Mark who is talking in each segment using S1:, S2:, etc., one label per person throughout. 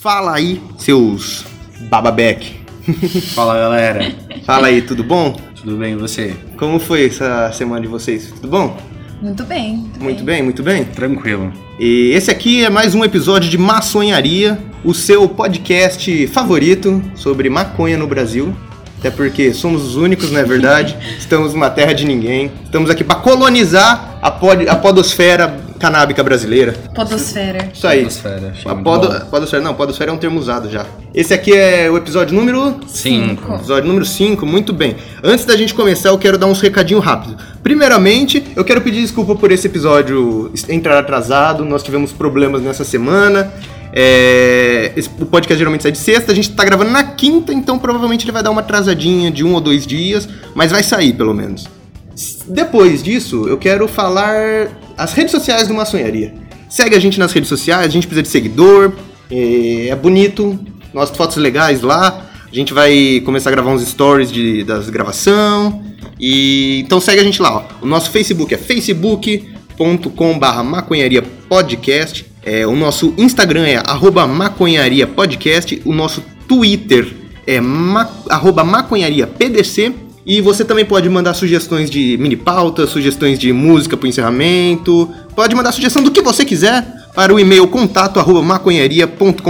S1: Fala aí, seus bababeck.
S2: Fala galera,
S1: Fala aí, tudo bom?
S2: tudo bem e você?
S1: Como foi essa semana de vocês? Tudo bom?
S3: Muito bem. Muito,
S1: Muito bem, muito bem.
S2: Tranquilo.
S1: E esse aqui é mais um episódio de Maçonharia, o seu podcast favorito sobre maconha no Brasil. Até porque somos os únicos, não é verdade? Estamos numa terra de ninguém. Estamos aqui para colonizar a, pod- a podosfera canábica brasileira.
S3: Podosfera.
S1: Isso aí.
S2: Atmosfera, achei
S1: A
S2: muito
S1: podo-
S2: bom.
S1: podosfera, não, podosfera é um termo usado já. Esse aqui é o episódio número
S2: Cinco.
S1: Episódio número 5, muito bem. Antes da gente começar, eu quero dar uns recadinho rápido. Primeiramente, eu quero pedir desculpa por esse episódio entrar atrasado. Nós tivemos problemas nessa semana. É, esse- o podcast geralmente sai de sexta, a gente tá gravando na quinta, então provavelmente ele vai dar uma atrasadinha de um ou dois dias, mas vai sair pelo menos. S- Depois disso, eu quero falar as redes sociais do Maçonharia. Segue a gente nas redes sociais, a gente precisa de seguidor, é, é bonito, nossas fotos legais lá. A gente vai começar a gravar uns stories de, das gravação. E então segue a gente lá, ó. O nosso Facebook é facebook.com/barra maconharia podcast. É, o nosso Instagram é arroba maconharia podcast. O nosso Twitter é ma arroba maconharia PDC. E você também pode mandar sugestões de mini pautas, sugestões de música pro encerramento. Pode mandar sugestão do que você quiser para o e-mail contato arroba maconharia.com.br.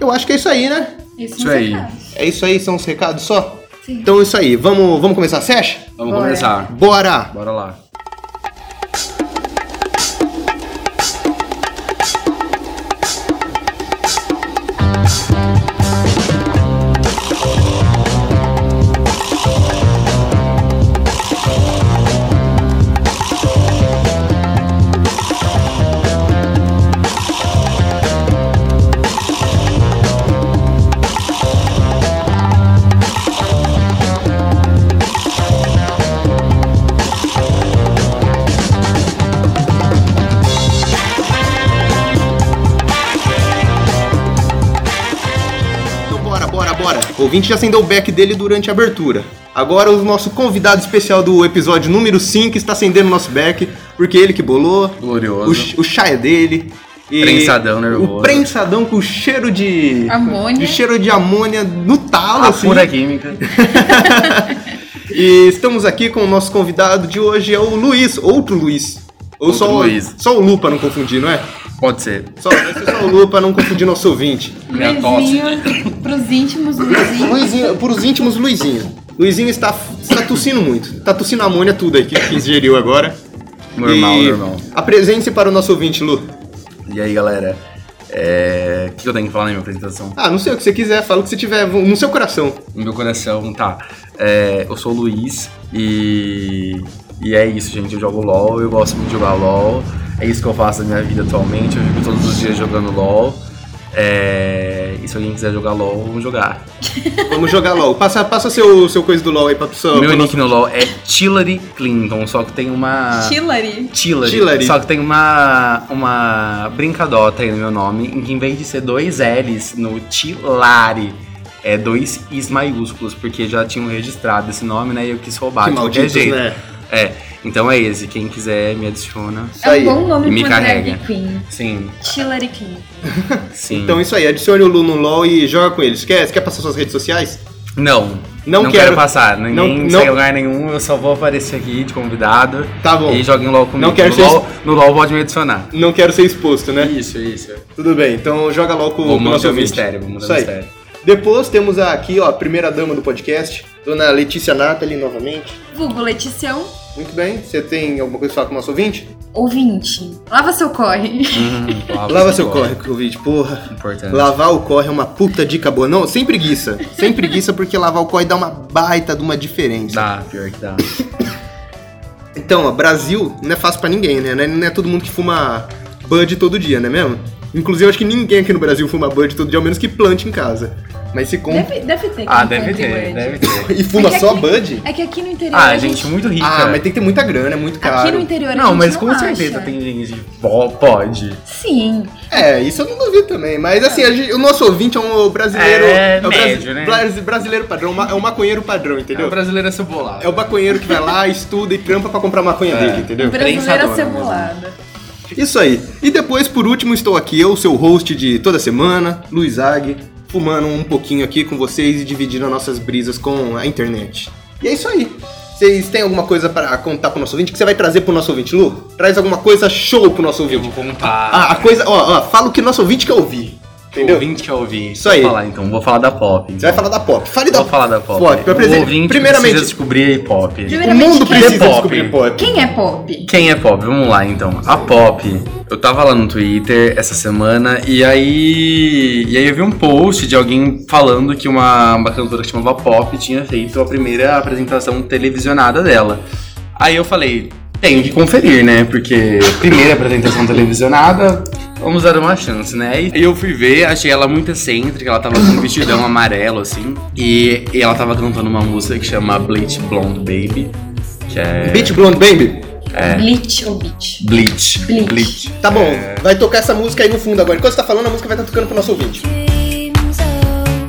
S1: Eu acho que é isso aí, né?
S3: Isso,
S2: Isso
S3: não
S2: aí.
S3: sei nada.
S1: É isso aí, são os recados só?
S3: Sim.
S1: Então é isso aí, vamos, vamos começar a sesh?
S2: Vamos
S3: Bora.
S2: começar.
S1: Bora!
S2: Bora lá.
S1: Então bora, bora, bora! O ouvinte já acendeu o back dele durante a abertura. Agora o nosso convidado especial do episódio número 5 está acendendo o nosso back, porque ele que bolou,
S2: Glorioso.
S1: o, ch- o chá é dele. E
S2: Prensadão nervoso.
S1: O prensadão com cheiro de.
S3: Amônia.
S1: De cheiro de amônia no talo,
S2: A
S1: assim.
S2: pura química.
S1: E estamos aqui com o nosso convidado de hoje, é o Luiz, outro Luiz. Ou
S2: Outro
S1: só, o-
S2: Luiz.
S1: só o Lu pra não confundir, não é?
S2: Pode ser.
S1: Só, vai ser só o Lu pra não confundir nosso ouvinte.
S2: Minha
S3: Luizinho, pros íntimos, Luizinho.
S1: Luizinho, pros íntimos, Luizinho. Luizinho está, está tossindo muito. Tá tossindo amônia tudo aí que, que ingeriu agora.
S2: Normal,
S1: e
S2: normal.
S1: Apresente-se para o nosso ouvinte, Lu.
S2: E aí, galera? É, O que eu tenho que falar na minha apresentação?
S1: Ah, não sei o que você quiser, fala o que você tiver no seu coração.
S2: No meu coração, tá. É, Eu sou o Luiz e... E é isso, gente. Eu jogo LOL, eu gosto muito de jogar LOL. É isso que eu faço na minha vida atualmente. Eu fico todos os dias jogando LOL. É... E se alguém quiser jogar LOL, vamos jogar.
S1: Vamos jogar LOL. Passa, passa seu, seu coisa do LOL aí pra pessoa.
S2: Meu
S1: pro
S2: nick no LoL é Tillery Clinton, só que tem uma...
S3: Hillary.
S2: Tillery.
S1: Tillery.
S2: Só que tem uma, uma brincadota aí no meu nome, em que em vez de ser dois L's no Tillari, é dois Is maiúsculos, porque já tinham registrado esse nome, né? E eu quis roubar
S1: Que
S2: de qualquer
S1: malditos,
S2: jeito.
S1: né?
S2: É, então é esse. Quem quiser, me adiciona.
S1: Isso
S3: É um
S1: aí.
S3: bom nome
S2: Me
S3: pra uma
S2: carrega.
S3: drag queen.
S2: Sim,
S3: Hillary Clinton.
S2: sim.
S1: Então isso aí, adicione o Lu no LOL e joga com eles. Quer, quer passar suas redes sociais?
S2: não,
S1: Não
S2: não, quero,
S1: quero.
S2: passar. Ninguém
S1: Não-
S2: sem
S1: não-
S2: lugar nenhum, eu só vou aparecer aqui de convidado.
S1: Tá bom.
S2: E joguem LOL comigo.
S1: Não quero
S2: no,
S1: ser-
S2: LOL, no LOL pode me adicionar.
S1: Não quero ser exposto, né?
S2: Isso, isso.
S1: Tudo bem, então joga LOL com o
S2: Vou
S1: nosso
S2: mandar o
S1: ouvinte.
S2: mistério, vou mandar
S1: Isso
S2: o
S1: aí.
S2: mistério.
S1: Depois temos aqui, ó, a primeira dama do podcast, dona Letícia Nathalie, novamente.
S3: Vulgo é um Leticião.
S1: Muito bem, você tem alguma coisa pra falar com o nosso ouvinte?
S3: Ouvinte. Lava seu corre.
S2: Hum,
S1: Lava seu corre com o ouvinte, porra.
S2: Importante.
S1: Lavar o corre é uma puta dica boa. Não, sem preguiça. Sem preguiça, porque lavar o corre dá uma baita de uma diferença.
S2: Dá, pior que dá.
S1: Então, ó, Brasil não é fácil pra ninguém, né? Não é, não é todo mundo que fuma Bud todo dia, não é mesmo? Inclusive, eu acho que ninguém aqui no Brasil fuma Bud todo dia, ao menos que plante em casa. Mas se compra.
S3: Deve, deve ter.
S2: Ah,
S3: quem
S2: deve
S3: compra
S2: ter,
S3: Word.
S2: deve ter.
S1: E fuma
S3: É que
S1: só
S3: aqui-
S1: Bud?
S3: É que aqui no interior.
S2: Ah,
S3: a
S2: gente muito rica.
S1: Ah, mas tem que ter muita grana, é muito caro.
S3: Aqui no interior. a
S2: Não,
S3: gente
S2: mas com
S3: acha.
S2: certeza tem gente que po- pode.
S3: Sim.
S1: É, isso eu não duvido também. Mas assim, a gente- o nosso ouvinte é um brasileiro.
S2: É,
S1: o brasi-
S2: médio, né?
S1: brasi- brasileiro padrão, ma- é um maconheiro padrão, entendeu?
S2: brasileiro é cebolado.
S1: É o maconheiro que vai lá, estuda e trampa pra comprar maconha
S2: É. né?
S1: dele, entendeu?
S2: Prensadona
S3: Brasileira
S2: mesmo.
S3: cebolada.
S1: Isso aí. E depois, por último, estou aqui, eu, seu host de toda semana, Luiz Ag, fumando um pouquinho aqui com vocês e dividindo as nossas brisas com a internet. E é isso aí. Vocês têm alguma coisa para contar pro nosso ouvinte? Que você vai trazer pro nosso ouvinte, Lu? Traz alguma coisa show pro nosso
S2: Eu
S1: ouvinte.
S2: vou contar.
S1: Ah, a coisa. Ó, ó, fala o que nosso ouvinte quer ouvir.
S2: o
S1: Entendeu?
S2: ouvinte quer ouvir.
S1: Isso aí.
S2: Vou falar então, vou falar da pop.
S1: Você vai falar da pop. Fale da
S2: Vou falar da pop.
S1: Pop, pra presen-
S2: o ouvinte
S1: primeiramente-
S2: precisa descobrir a pop.
S1: O
S3: Primeiramente,
S1: mundo
S3: quem
S1: precisa
S3: é pop?
S1: descobrir pop.
S3: Quem é pop?
S2: Quem é pop? Vamos lá então. A pop. Eu tava lá no Twitter essa semana e aí. E aí eu vi um post de alguém falando que uma, uma cantora que chamava Pop tinha feito a primeira apresentação televisionada dela. Aí eu falei, tenho que conferir, né? Porque primeira apresentação televisionada, vamos dar uma chance, né? E eu fui ver, achei ela muito excêntrica, ela tava com um vestidão amarelo, assim. E, e ela tava cantando uma música que chama Bleach Blonde Baby. Que é.
S1: Beat Blonde Baby?
S3: Bleach ou Beach?
S2: Bleach.
S3: Bleach.
S1: Tá bom,
S2: É.
S1: vai tocar essa música aí no fundo agora. Enquanto você tá falando, a música vai estar tocando pro nosso ouvinte.
S4: Dreams of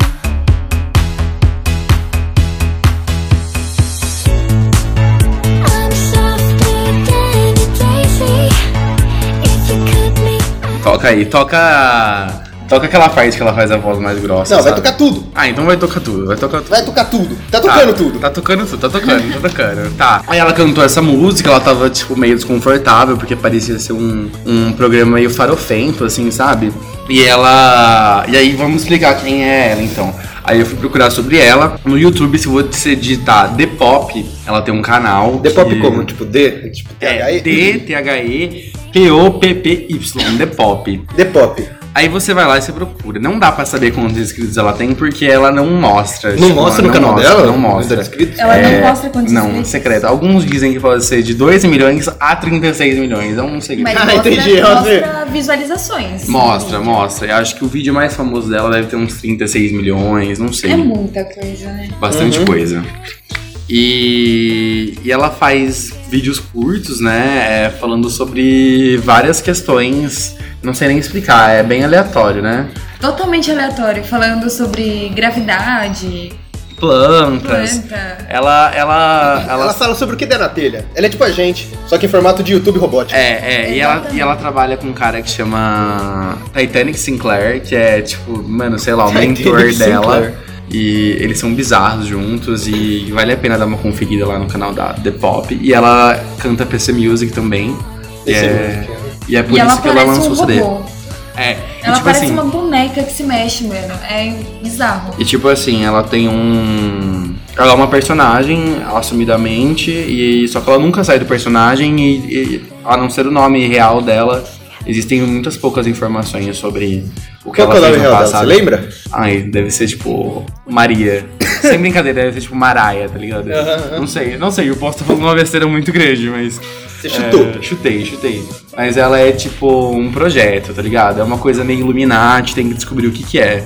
S4: I'm softer than a daisy. If you cut me,
S2: Toca aí, toca. Toca aquela parte que ela faz a voz mais grossa.
S1: Não, vai
S2: sabe?
S1: tocar tudo.
S2: Ah, então vai tocar tudo, vai tocar tudo.
S1: Vai tocar tudo. Tá tocando
S2: tá,
S1: tudo.
S2: Tá tocando tudo, tá tocando, tá tocando. Tá. Aí ela cantou essa música, ela tava, tipo, meio desconfortável, porque parecia ser um, um programa meio farofento, assim, sabe? E ela. E aí vamos explicar quem é ela, então. Aí eu fui procurar sobre ela. No YouTube, se você digitar The Pop, ela tem um canal.
S1: The pop
S2: que-
S1: como? Tipo D? Tipo
S2: É,
S1: THE?
S2: D, T-H-E, P-O-P-P-Y, The Pop.
S1: The pop.
S2: Aí você vai lá e você procura. Não dá pra saber quantos inscritos ela tem, porque ela não mostra.
S1: Não
S2: Tipo,
S1: mostra
S2: ela
S1: no canal
S2: mostra,
S1: dela?
S2: Não mostra.
S1: Tá escrito?
S3: Ela
S2: É,
S3: não mostra quantos
S2: Não,
S3: inscritos.
S2: secreto. Alguns dizem que pode ser de 2 milhões a 36 milhões. É um segredo.
S3: Mas
S1: Ah,
S3: mostra,
S1: entendi, eu
S3: mostra visualizações.
S2: Mostra, mostra. Eu acho que o vídeo mais famoso dela deve ter uns 36 milhões, não sei.
S3: É muita coisa, né?
S2: Bastante
S1: Uhum.
S2: coisa. E, e ela faz vídeos curtos, né? é, falando sobre várias questões. Não sei nem explicar, é bem aleatório, né?
S3: Totalmente aleatório, falando sobre gravidade, é.
S2: Plantas.
S3: planta.
S2: Ela, ela,
S1: Ela...
S2: ela,
S1: fala sobre o que der na telha. Ela é tipo a gente, só que em formato de YouTube robótico.
S2: é, é, e ela,
S3: Exatamente.
S2: e ela trabalha com um cara que chama Titanic Sinclair, que é tipo, mano, sei lá, o
S1: Titanic
S2: mentor
S1: Sinclair.
S2: dela. E eles são bizarros juntos e vale a pena dar uma conferida lá no canal da The Pop. E ela canta PC Music também. E
S1: Esse
S2: é,
S1: música.
S2: e é por
S3: e ela
S2: isso que ela
S3: parece um
S2: lançou o CD.
S3: robô.
S2: É, e
S3: Ela
S2: tipo
S3: parece
S2: assim,
S3: uma boneca que se mexe, mano. É bizarro.
S2: E tipo assim, ela tem um. Ela é uma personagem assumidamente, e só que ela nunca sai do personagem, e, e a não ser o nome real dela, existem muitas poucas informações sobre o que
S1: Qual que é
S2: ela
S1: o nome
S2: fez no
S1: real dela? Você
S2: passado.
S1: lembra?
S2: Ai, deve ser tipo. Maria. Sem brincadeira, deve ser tipo Maraia, tá ligado?
S1: Aham, aham.
S2: Não sei, não sei, eu posso estar falando uma besteira muito grande, mas.
S1: Você chutou.
S2: É, chutei, chutei. Mas ela é tipo um projeto, tá ligado? É uma coisa meio Illuminati, tem que descobrir o que que é.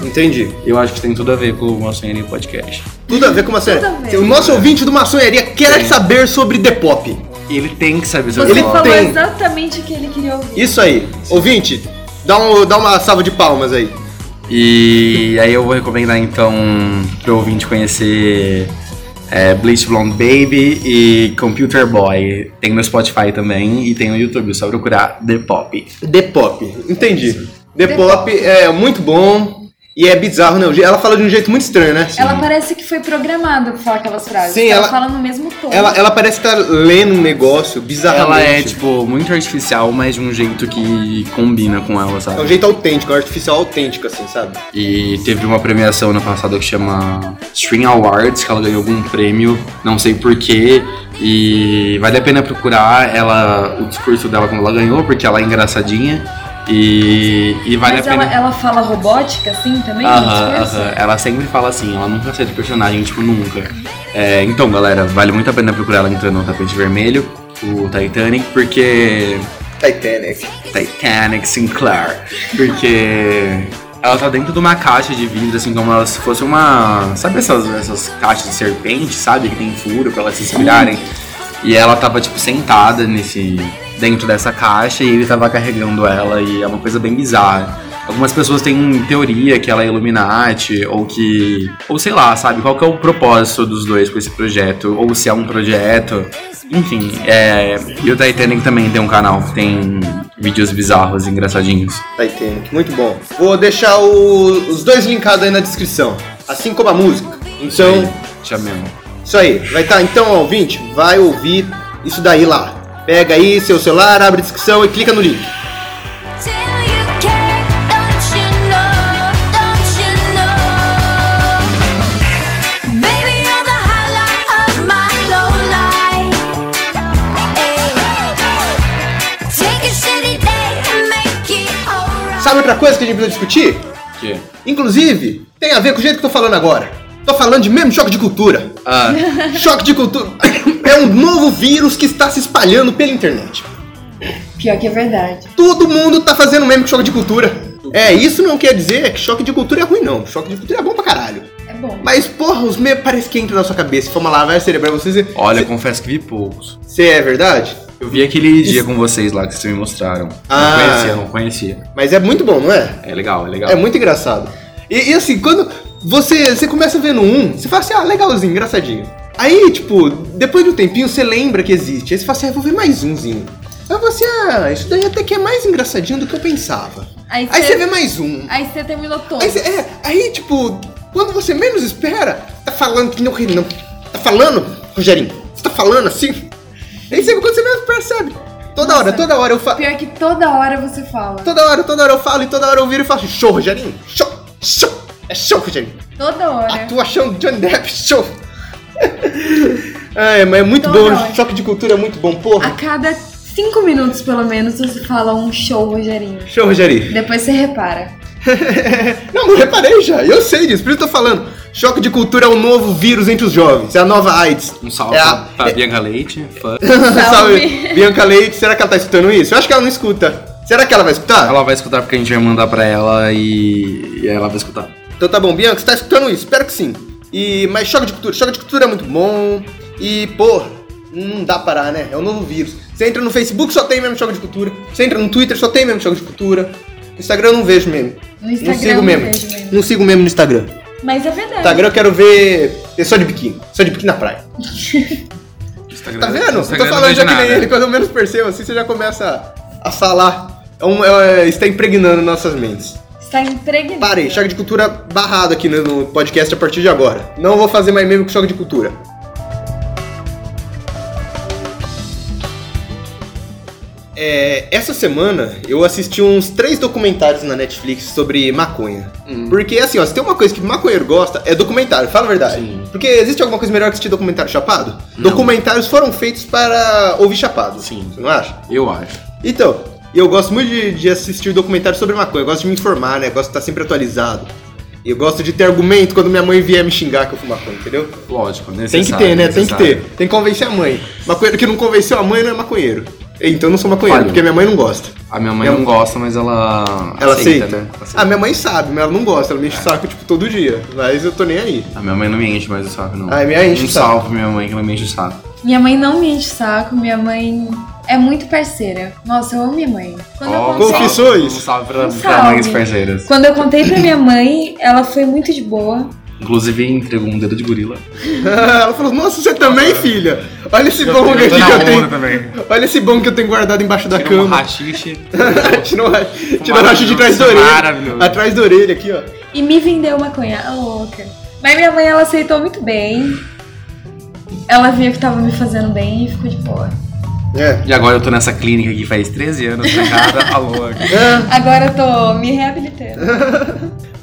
S1: Entendi.
S2: Eu acho que tem tudo a ver com o Maçonharia Podcast.
S1: Tudo a ver com uma série.
S3: Tudo a ver.
S1: O nosso ouvinte do Maçonharia quer saber sobre The Pop.
S2: E ele tem que saber
S3: Você
S2: sobre
S1: Ele
S2: o
S3: falou
S2: Pop.
S1: tem.
S3: exatamente o que ele queria ouvir.
S1: Isso aí. Ouvinte, dá, um- dá uma salva de palmas aí.
S2: E aí eu vou recomendar então pro ouvinte conhecer é, Bleach Blonde Baby e Computer Boy. Tem no Spotify também e tem no YouTube, é só procurar The Pop.
S1: The Pop. Entendi. The,
S3: The
S1: Pop, é muito bom e é bizarro, né? O je- Ela fala de um jeito muito estranho, né?
S3: Ela parece que foi programada pra falar aquelas frases.
S1: Sim,
S3: ela,
S1: ela-
S3: fala no mesmo tom.
S1: Ela, ela parece estar lendo um negócio bizarramente.
S2: Ela é tipo muito artificial, mas de um jeito que combina com ela,
S1: É um
S2: sabe?
S1: jeito autêntico, um artificial autêntico, assim, sabe?
S2: E teve uma premiação ano passado que chama Stream Awards, que ela ganhou algum prêmio, não sei porquê. E vale a pena procurar ela, o discurso dela quando ela ganhou, porque ela é engraçadinha. E, e vale
S3: Mas
S2: a
S3: ela,
S2: pena.
S3: ela fala robótica, assim, também? no
S2: Aham,
S3: discurso?
S2: aham. Ela sempre fala assim, ela nunca sai de personagem, tipo, nunca. É, então, galera, vale muito a pena procurar ela entrando no tapete vermelho, o Titanic, porque.
S1: Titanic.
S2: Titanic Sinclair. Porque. Ela tá dentro de uma caixa de vidro, assim, como ela se fosse uma. Sabe essas, essas caixas de serpente, sabe? Que tem furo pra elas se espirarem. E ela tava, tipo, sentada nesse. dentro dessa caixa e ele tava carregando ela e é uma coisa bem bizarra. Algumas pessoas têm teoria que ela é Illuminati, ou que. Ou sei lá, sabe? Qual que é o propósito dos dois com esse projeto? Ou se é um projeto. Enfim, é. E o Titanic também tem um canal que tem vídeos bizarros, engraçadinhos.
S1: Titanic, muito bom. Vou deixar o- os dois linkados aí na descrição, assim como a música. Então,
S2: Chamemos.
S1: isso aí. Vai estar, então, ó, ouvinte, vai ouvir isso daí lá. Pega aí seu celular, abre a descrição e clica no link.
S4: Till you care, don't you know, don't you know Baby, you're the highlight of my low life Take a shitty day and make it alright
S1: Sabe outra coisa que a gente precisa discutir?
S2: Que?
S1: Inclusive, tem a ver com o jeito que eu tô falando agora. Tô falando de mesmo choque de cultura.
S2: Ah,
S1: Choque de cultura é um novo vírus que está se espalhando pela internet.
S3: Pior que é verdade.
S1: Todo mundo tá fazendo meme com choque de cultura. É, isso não quer dizer que choque de cultura é ruim, não. Choque de cultura é bom pra caralho.
S3: É bom.
S1: Mas, porra, os memes parece que entra na sua cabeça. Foi uma lavagem cerebral. Você,
S2: olha, confesso que vi poucos.
S1: você é verdade?
S2: Eu vi aquele dia com vocês lá que vocês me mostraram.
S1: Ah.
S2: Não conhecia, não conhecia.
S1: Mas é muito bom, não é?
S2: É legal, é legal.
S1: É muito engraçado. E, e assim, quando você, você começa vendo um, você fala assim, ah, legalzinho, engraçadinho. Aí, tipo, depois de um tempinho, você lembra que existe. Aí você fala assim, ah, vou ver mais umzinho. Aí você, ah, isso daí até que é mais engraçadinho do que eu pensava.
S3: Aí
S1: Aí você
S3: você
S1: vê mais um.
S3: aí você terminou todo.
S1: Aí, cê- é, aí, tipo, quando você menos espera, tá falando que não ri, não. Tá falando, Rogerinho? Você tá falando assim? Aí sempre quando você menos percebe. Toda
S3: Nossa.
S1: hora, toda hora eu falo.
S3: Pior que toda hora você fala.
S1: Toda hora, toda hora eu falo e toda hora eu viro e falo assim, show, Rogerinho, show, show, é show, Rogerinho.
S3: Toda hora.
S1: Atuação do Johnny Depp, show. é, mas é muito
S3: Toda
S1: bom,
S3: hora.
S1: choque de cultura é muito bom,
S3: A
S1: porra.
S3: cada cinco minutos, pelo menos, você fala um show, Rogerinho.
S1: Show, Rogerinho.
S3: Depois você repara.
S1: Não, não reparei já, eu sei disso, por isso eu tô falando. Choque de cultura é um novo vírus entre os jovens, é a nova AIDS.
S2: Um salve
S1: É a-
S2: pra Bianca Leite, fã.
S1: Salve, Bianca Leite. Será que ela tá escutando isso? Eu acho que ela não escuta. Será que ela vai escutar?
S2: Ela vai escutar porque a gente vai mandar pra ela e, e ela vai escutar.
S1: Então tá bom, Bianca, você tá escutando isso? Espero que sim. E Mas choque de cultura. Choque de cultura é muito bom. E, porra, não dá pra parar, né? É um novo vírus. Você entra no Facebook, só tem mesmo choque de cultura. Você entra no Twitter, só tem mesmo choque de cultura. No Instagram eu não vejo meme.
S3: No Instagram
S1: não sigo
S3: eu
S1: meme.
S3: vejo meme.
S1: Não sigo meme no Instagram.
S3: Mas é verdade.
S1: Instagram eu quero ver pessoa de biquíni. Só de biquíni na praia.
S2: Instagram,
S1: Tá vendo? Eu tô
S2: Instagram não
S1: falando
S2: vejo
S1: já que nem
S2: nada.
S1: ele, quando eu menos percebo, assim você já começa a falar. É um- é- está impregnando nossas mentes.
S3: Está tá impregnado.
S1: Parei, choque de cultura barrado aqui no- no podcast a partir de agora. Não vou fazer mais meme com choque de cultura. É, essa semana eu assisti uns três documentários na Netflix sobre maconha.
S2: Hum.
S1: Porque assim, ó, se tem uma coisa que maconheiro gosta, é documentário, fala a verdade.
S2: Sim.
S1: Porque existe alguma coisa melhor que assistir documentário chapado? Documentários foram feitos para ouvir chapado.
S2: Sim.
S1: Você não acha?
S2: Eu acho.
S1: Então, eu gosto muito de, de assistir documentários sobre maconha, eu gosto de me informar, né? Eu gosto de estar sempre atualizado. Eu gosto de ter argumento quando minha mãe vier me xingar que eu fumo maconha, entendeu?
S2: Lógico,
S1: Tem que
S2: necessário.
S1: ter, né? Tem
S2: necessário.
S1: que ter. Tem que convencer a mãe. Maconheiro que não convenceu a mãe não é maconheiro. Então eu não sou maconheiro,
S2: Olha.
S1: porque minha mãe não gosta.
S2: A minha mãe
S1: Minha-
S2: não gosta, mas ela.
S1: Ela aceita?
S2: né?
S1: Ah, minha mãe sabe, mas ela não gosta. Ela me enche o saco, tipo, todo dia. Mas eu tô nem aí.
S2: A Ah, minha mãe não me enche mais o saco, não.
S1: Ah, a minha enche
S2: um
S1: o saco.
S2: salve pra minha mãe que não me enche o saco.
S3: Minha mãe não me enche o saco, minha mãe é muito parceira. Nossa, eu amo minha mãe. Quando,
S2: Ó,
S3: eu contei,
S1: confissão. confissões.
S2: Um salve pra,
S3: Um
S2: pra mães
S3: salve.
S2: parceiras.
S3: quando eu contei pra minha mãe, ela foi muito de boa.
S2: Inclusive, entregou um dedo de gorila.
S1: ela falou, nossa, você também, filha? Olha esse bong aqui que eu tenho.
S2: também.
S1: Olha esse bong que eu tenho guardado embaixo da
S2: Tirou um
S1: cama.
S2: rachixe.
S1: Tirou tirou a racha de trás da
S2: Maravilhoso.
S1: orelha. Atrás da orelha aqui, ó.
S3: E me vendeu maconha, a louca. Mas minha mãe, ela aceitou muito bem. Ela via que tava me fazendo bem e ficou de boa.
S1: É.
S2: E agora eu tô nessa clínica aqui faz 13 anos, tá trancada, a louca.
S3: Agora eu tô me reabilitando.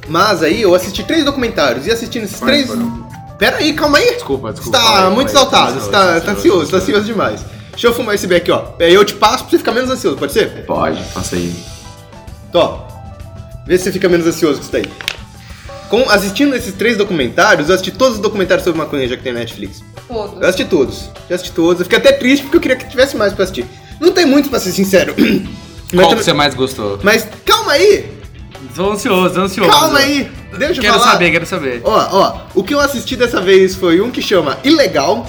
S1: Mas aí eu assisti três documentários e assistindo esses
S2: Quais
S1: três.
S2: foram?
S1: Pera aí, calma aí.
S2: Desculpa,
S1: Você
S2: desculpa.
S1: tá
S2: Vai,
S1: muito
S2: vai,
S1: exaltado, você tá, tá ansioso, tá ansioso demais. Deixa eu fumar esse beck, ó. Aí eu te passo pra você ficar menos ansioso, pode ser?
S2: Pode, passa aí.
S1: Tó. Vê se você fica menos ansioso com isso daí. Com, assistindo esses três documentários, eu assisti todos os documentários sobre maconha já que tem na Netflix. Eu
S3: Todos.
S1: assisti todos. Já assisti todos. Eu fiquei até triste porque eu queria que tivesse mais pra assistir. Não tem muito pra ser sincero. Mas,
S2: Qual que
S1: também-
S2: você mais gostou?
S1: mas calma aí!
S2: Tô ansioso, tô ansioso.
S1: Calma aí! Deixa eu
S2: Quero
S1: falar.
S2: saber, quero saber.
S1: Ó, ó, o que eu assisti dessa vez foi um que chama Ilegal,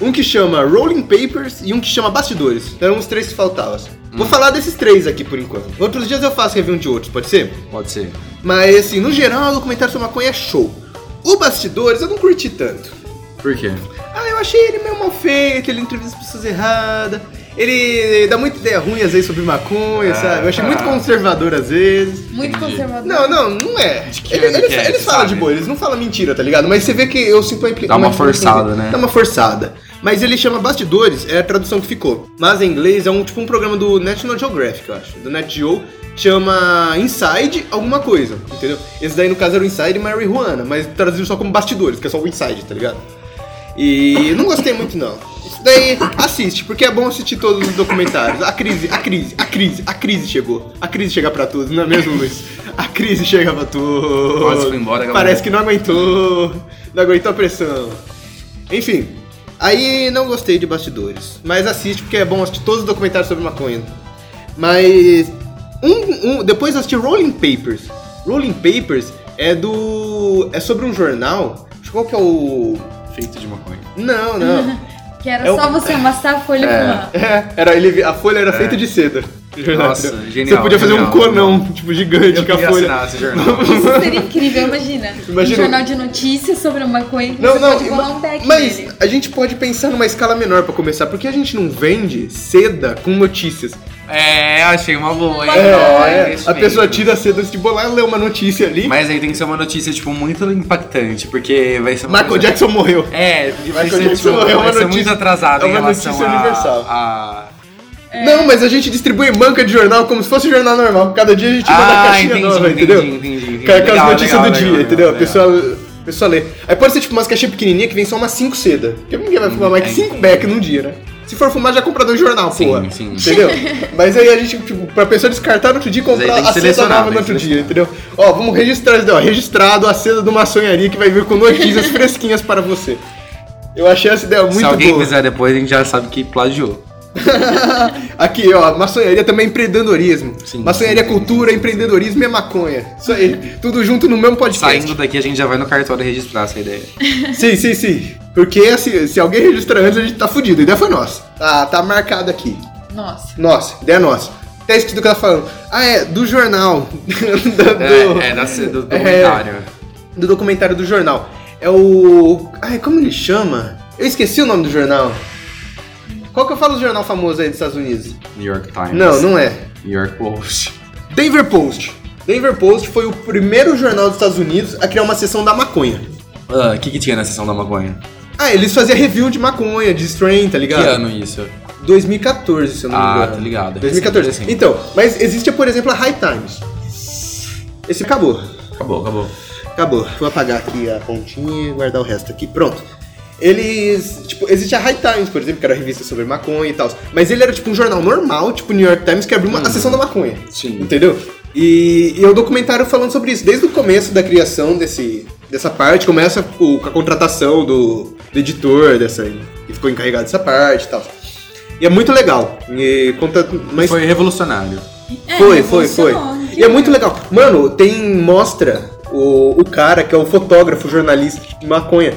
S1: um que chama Rolling Papers e um que chama Bastidores. Então, Eram os três que faltavam. Vou
S2: Hum.
S1: falar desses três aqui por enquanto. Outros dias eu faço review de outros, pode ser?
S2: Pode ser.
S1: Mas assim, no geral, o documentário sobre maconha é show. O Bastidores eu não curti tanto.
S2: Por quê?
S1: Ah, eu achei ele meio mal feito, ele entrevista as pessoas erradas. Ele dá muita ideia ruim às vezes sobre maconha,
S2: Ah,
S1: sabe? Eu achei muito
S2: tá.
S1: conservador às vezes.
S3: Muito
S2: Entendi.
S3: conservador.
S1: Não, não, não é.
S2: De que
S1: Ele,
S2: ano
S1: ele,
S2: que é,
S1: ele
S2: você
S1: fala
S2: sabe?
S1: de boa, eles não falam mentira, tá ligado? Mas você vê que eu sinto uma impli-
S2: Dá uma
S1: influência-
S2: forçada, né?
S1: Dá uma forçada. Mas ele chama Bastidores, é a tradução que ficou. Mas em inglês é um tipo um programa do National Geographic, eu acho. Do Nat Geo, chama Inside alguma coisa, entendeu? Esse daí no caso era o Inside Marijuana, mas traduziram só como Bastidores, que é só o Inside, tá ligado? E não gostei muito não. Isso daí, assiste, porque é bom assistir todos os documentários. A crise, a crise, a crise, a crise chegou. A crise chega pra todos, não é mesmo, Luiz? A crise chega pra todos.
S2: Quase foi embora, galera.
S1: Parece que não aguentou. Não aguentou a pressão. Enfim, aí não gostei de bastidores. Mas assiste, porque é bom assistir todos os documentários sobre maconha. Mas. Um, um, depois eu assisti Rolling Papers. Rolling Papers é do. É sobre um jornal. Qual que é o.
S2: Feito de maconha.
S1: Não, não.
S3: Que era
S1: É o-
S3: só você amassar a
S2: É.
S3: folha e fumar.
S1: É, era, ele, a folha era feita de seda.
S2: Nossa,
S1: Você
S2: genial,
S1: podia fazer um
S2: genial.
S1: conão, tipo, gigante
S2: Eu
S1: com a
S2: queria
S1: folha.
S2: assinar esse jornal.
S3: Isso seria incrível, imagina.
S1: Imagina.
S3: Um jornal de notícias sobre a maconha. que
S1: Não,
S3: você
S1: não,
S3: pode colar um pack
S1: mas
S3: nele.
S1: a gente pode pensar numa escala menor pra começar, porque a gente não vende seda com notícias.
S2: É, achei uma boa, hein?
S3: É,
S2: Ó,
S3: é.
S1: a
S2: investimento.
S1: pessoa tira a seda antes de bolar, lê uma notícia ali.
S2: Mas aí tem que ser uma notícia, tipo, muito impactante, porque vai ser uma
S1: Michael
S2: coisa-
S1: Jackson morreu.
S2: É, porque vai
S1: Michael
S2: ser,
S1: Jackson
S2: tipo,
S1: é uma
S2: vai ser muito
S1: notícia-
S2: atrasado
S1: é
S2: em
S1: uma
S2: relação
S1: notícia
S2: a-
S1: universal.
S2: a...
S3: É.
S1: Não, mas a gente distribui banca de jornal como se fosse jornal normal. Cada dia a gente manda a
S2: Ah,
S1: caixinha
S2: entendi,
S1: nova,
S2: entendi,
S1: entendeu?
S2: entendi, entendi.
S1: Com aquelas
S2: Legal,
S1: notícias
S2: legal,
S1: do dia,
S2: legal,
S1: entendeu?
S2: legal,
S1: a pessoa, é a pessoa lê. Aí pode ser tipo umas caixinhas pequenininhas que vem só umas 5 seda. Porque ninguém vai fumar mais que
S2: é.
S1: 5 beck num dia, né? Se for fumar, já compra dois jornal,
S2: Sim,
S1: porra.
S2: sim.
S1: Entendeu? Mas aí a gente, tipo, pra pessoa descartar no outro dia e
S2: Mas aí
S1: comprar
S2: tem que
S1: a seda
S2: selecionar,
S1: nova
S2: tem
S1: no
S2: que
S1: outro dia,
S2: selecionar.
S1: entendeu? Ó, vamos registrar isso daí, ó. Registrado a seda de uma sonharia que vai vir com notícias fresquinhas para você. Eu achei essa ideia muito
S2: Se alguém
S1: boa.
S2: fizer depois, a gente já sabe que plagiou.
S1: Aqui, ó, maçonharia também é empreendedorismo.
S2: Sim,
S1: maçonharia é
S2: sim, sim,
S1: cultura,
S2: sim, sim.
S1: empreendedorismo e é maconha. Isso aí, tudo junto no mesmo podcast.
S2: Saindo daqui, a gente já vai no cartório registrar essa ideia.
S1: Sim, sim, sim. Porque se, se alguém registrar antes, a gente tá fudido. A ideia foi nossa. Tá, tá marcado aqui.
S3: Nossa.
S1: Nossa, ideia é nossa. Até isso que o cara falando. Ah, é, do jornal. do, do-
S2: É, é da, do documentário.
S1: do documentário do jornal. É o. Ai, como ele chama? Eu esqueci o nome do jornal. Qual que eu falo do jornal famoso aí dos Estados Unidos?
S2: New York Times.
S1: Não, não é.
S2: New York Post.
S1: Denver Post. Denver Post foi o primeiro jornal dos Estados Unidos a criar uma seção da maconha.
S2: Ah, O que, que tinha na sessão da maconha?
S1: Ah, eles faziam review de maconha, de strain, tá ligado?
S2: Que ano isso?
S1: 2014, se eu não me
S2: Ah,
S1: engano.
S2: tá ligado.
S1: 2014.
S2: Recente, recente.
S1: Então, mas existe, por exemplo, a High Times. Esse acabou.
S2: Acabou, acabou.
S1: Acabou. Vou apagar aqui a pontinha e guardar o resto aqui. Pronto. Eles. Tipo, existe a High Times, por exemplo, que era a revista sobre maconha e tal. Mas ele era tipo um jornal normal, tipo New York Times, que abriu uma, a seção da maconha.
S2: Sim.
S1: Entendeu? E, e é um documentário falando sobre isso. Desde o começo da criação desse, dessa parte, começa o- com a contratação do, do editor, dessa, que ficou encarregado dessa parte e tal. E é muito legal. E conta. Mas
S2: Foi revolucionário.
S3: É,
S1: foi, foi, foi.
S3: revolucionou,
S1: E é muito legal. Mano, tem mostra o, o cara que é o fotógrafo, jornalista de maconha.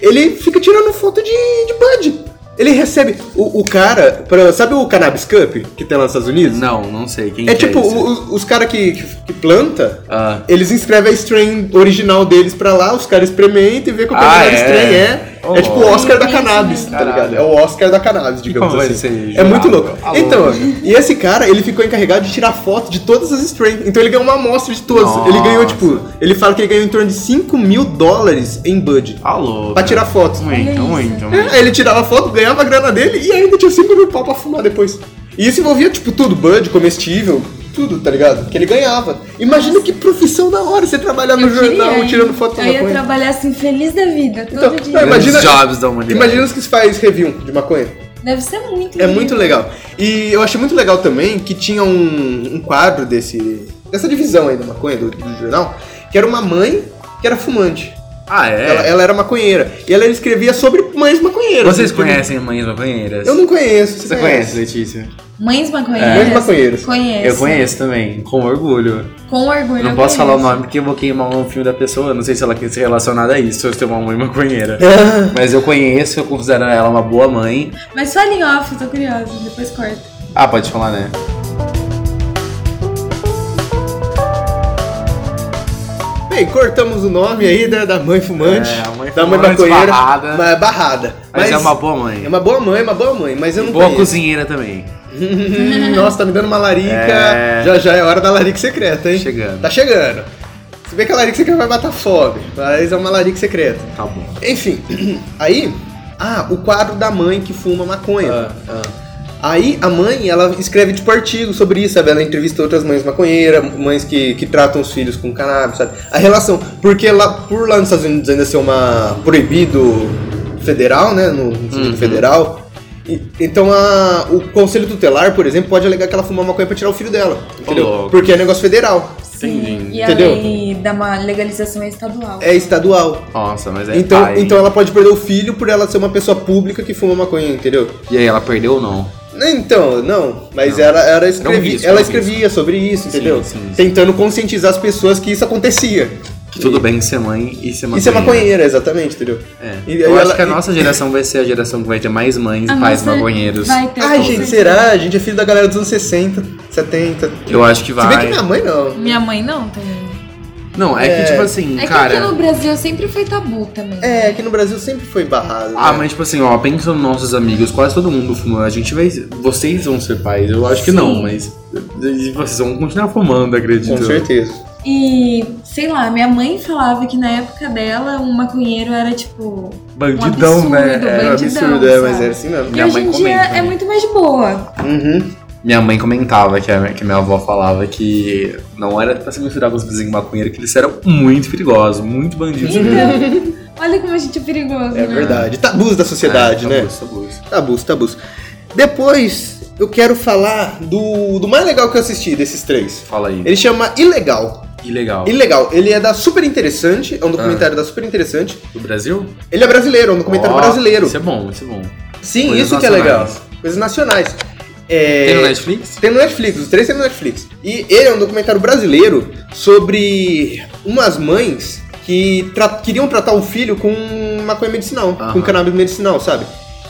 S1: Ele fica tirando foto de, de bud. Ele recebe o, o cara, pra, sabe o Cannabis Cup que tem lá nos Estados Unidos?
S2: Não, não sei. Quem
S1: É
S2: que
S1: tipo,
S2: é esse?
S1: o- os caras que, que, que planta,
S2: Ah.
S1: eles inscrevem a strain original deles pra lá, os caras experimentam e vê qual que é a
S2: Ah,
S1: melhor
S2: é?
S1: strain é.
S2: Oh.
S1: é tipo o Oscar da
S3: Tem isso
S1: cannabis,
S3: mesmo.
S1: tá ligado?
S2: Caralho.
S1: É o Oscar da cannabis, digamos
S2: como vai
S1: assim.
S2: ser Tá
S1: é
S2: jurado?
S1: muito louco.
S2: Alô?
S1: Então, e esse cara, ele ficou encarregado de tirar foto de todas as strains. Então ele ganhou uma amostra de todas. Ele ganhou,
S2: Nossa.
S1: tipo, ele fala que ele ganhou em torno de 5 mil dólares em bud.
S2: Alô.
S1: Pra tirar foto.
S2: Muito,
S3: Olha
S2: muito,
S1: É,
S2: muito.
S1: Aí ele tirava foto, ganhava a grana dele e ainda tinha 5 mil pau pra fumar depois. E isso envolvia, tipo, tudo, bud, comestível, tudo, tá ligado? Que ele ganhava. Imagina que profissão da hora você trabalhar no
S3: Eu queria,
S1: jornal um
S3: hein?
S1: tirando foto da
S3: Eu ia
S1: maconha.
S3: trabalhar assim, feliz da vida, todo
S1: Então,
S3: dia.
S1: não,
S2: Grandes
S1: imagina-
S2: jobs da humanidade.
S1: Imagina os que se faz review de maconha.
S3: Deve ser muito
S1: É
S3: lindo.
S1: muito legal. E eu achei muito legal também que tinha um, um quadro desse dessa divisão aí da maconha, do, do jornal, que era uma mãe que era fumante.
S2: Ah, é?
S1: Ela, ela era maconheira. E ela escrevia sobre mães maconheiras.
S2: Vocês conhecem mães maconheiras?
S1: Eu não conheço.
S2: Você conhece, Letícia?
S3: Mães maconheiras?
S1: É. Mães maconheiras.
S3: Conheço.
S2: Eu conheço também, com orgulho.
S3: Com orgulho.
S2: Não
S3: eu
S2: posso falar o
S3: conheço.
S2: nome porque eu vou queimar um filme da pessoa. Não sei se ela quer ser relacionada a isso, se eu tenho uma mãe maconheira.
S1: É.
S2: Mas eu conheço, eu considero ela uma boa mãe.
S3: Mas fala em off, eu tô curiosa. Depois corta.
S2: Ah, pode falar, né?
S1: Bem, cortamos o nome aí né, da, da mãe fumante.
S2: É, a mãe
S1: da mãe
S2: fumante,
S1: maconheira.
S2: barrada.
S1: Mas barrada.
S2: Mas, é uma boa mãe.
S1: é uma boa mãe, é uma boa mãe, mas eu não
S2: boa
S1: conheço.
S2: cozinheira também.
S1: Hum, Nossa, tá me dando uma larica.
S2: É.
S1: Já já é hora da larica secreta, hein?
S2: Chegando.
S1: Tá chegando. Se bem que a larica secreta vai matar fome, mas é uma larica secreta.
S2: Tá bom.
S1: Enfim, aí. Ah, o quadro da mãe que fuma maconha.
S2: Ah,
S1: Aí a mãe, ela escreve tipo artigo sobre isso, sabe? Ela entrevista outras mães maconheiras, mães que, que tratam os filhos com cannabis, sabe? A relação, porque lá, por lá nos Estados Unidos ainda ser uma proibido federal, né? No, no sentido
S2: Uhum.
S1: federal. E- então a, o conselho tutelar, por exemplo, pode alegar que ela fumou maconha pra tirar o filho dela, entendeu?
S2: louco.
S1: porque é negócio federal,
S2: Entendi.
S3: E a
S1: Entendeu?
S3: lei da ma- legalização é estadual.
S1: é estadual.
S2: Nossa, mas é
S1: Então,
S2: pai.
S1: então ela pode perder o filho por ela ser uma pessoa pública que fuma maconha, entendeu?
S2: E aí, ela perdeu ou não?
S1: Então, não, mas
S2: Não.
S1: ela, ela, escrevi-
S2: risco,
S1: ela
S2: é um
S1: escrevia sobre isso,
S2: Sim,
S1: entendeu?
S2: sim, sim.
S1: Tentando conscientizar as pessoas que isso acontecia.
S2: Que tudo bem ser mãe e ser maconheira.
S1: Isso é maconheira, exatamente, entendeu?
S2: É.
S1: E aí
S2: eu
S1: ela-
S2: acho que a nossa geração vai ser a geração que vai ter mais mães
S3: A
S2: e pais
S3: nossa
S2: maconheiros.
S3: Vai ter
S1: Ai,
S3: com
S1: gente,
S3: certeza.
S1: será? A gente é filho da galera dos anos 60, 70.
S2: Eu acho que
S1: Se bem que
S2: vai.
S1: minha mãe não.
S3: Minha mãe não também.
S2: Não, é,
S1: É.
S2: que tipo assim,
S3: É
S2: cara.
S3: que aqui no Brasil sempre foi tabu também.
S1: É, aqui no Brasil sempre foi barrado.
S2: Ah,
S1: né?
S2: mas tipo assim, ó, pensa nos nossos amigos, quase todo mundo fuma. A gente vai. Vocês vão ser pais, eu acho que não,
S3: Sim.
S2: mas. e Vocês vão continuar fumando, acredito.
S1: Com certeza.
S3: E, sei lá, minha mãe falava que na época dela um maconheiro era tipo.
S2: Bandidão,
S3: Um absurdo,
S2: né?
S1: Era um
S3: bandidão,
S1: absurdo, é, mas
S3: sabe?
S1: era assim mesmo.
S3: E
S2: Minha
S3: hoje
S2: mãe
S3: em dia
S2: comenta,
S3: é
S2: né?
S3: muito mais de boa.
S1: Uhum.
S2: Minha mãe comentava que, a, que minha avó falava que não era pra se misturar com os vizinhos maconheiros, que eles eram muito perigosos, muito bandidos.
S3: Então, olha como a gente é perigoso,
S1: É
S3: né?
S1: verdade. Tabus da sociedade,
S2: É,
S1: né?
S2: tabus, tabus.
S1: Tabus, tabus. Depois, eu quero falar do, do mais legal que eu assisti desses três.
S2: Fala aí.
S1: Ele chama Ilegal.
S2: Que legal.
S1: E legal, ele é da Super Interessante, é um documentário da Super Interessante.
S2: Do Brasil?
S1: Ele é brasileiro, é um documentário
S2: Ah. Ó,
S1: brasileiro.
S2: Isso é bom, isso é bom.
S1: Sim,
S2: Coisas
S1: isso que é legal.
S2: nacionais.
S1: Coisas nacionais. É,
S2: Tem no Netflix?
S1: tem no Netflix, os três tem no Netflix. E ele é um documentário brasileiro sobre umas mães que tra- queriam tratar o filho com maconha medicinal,
S2: Aham.
S1: com cannabis medicinal, sabe?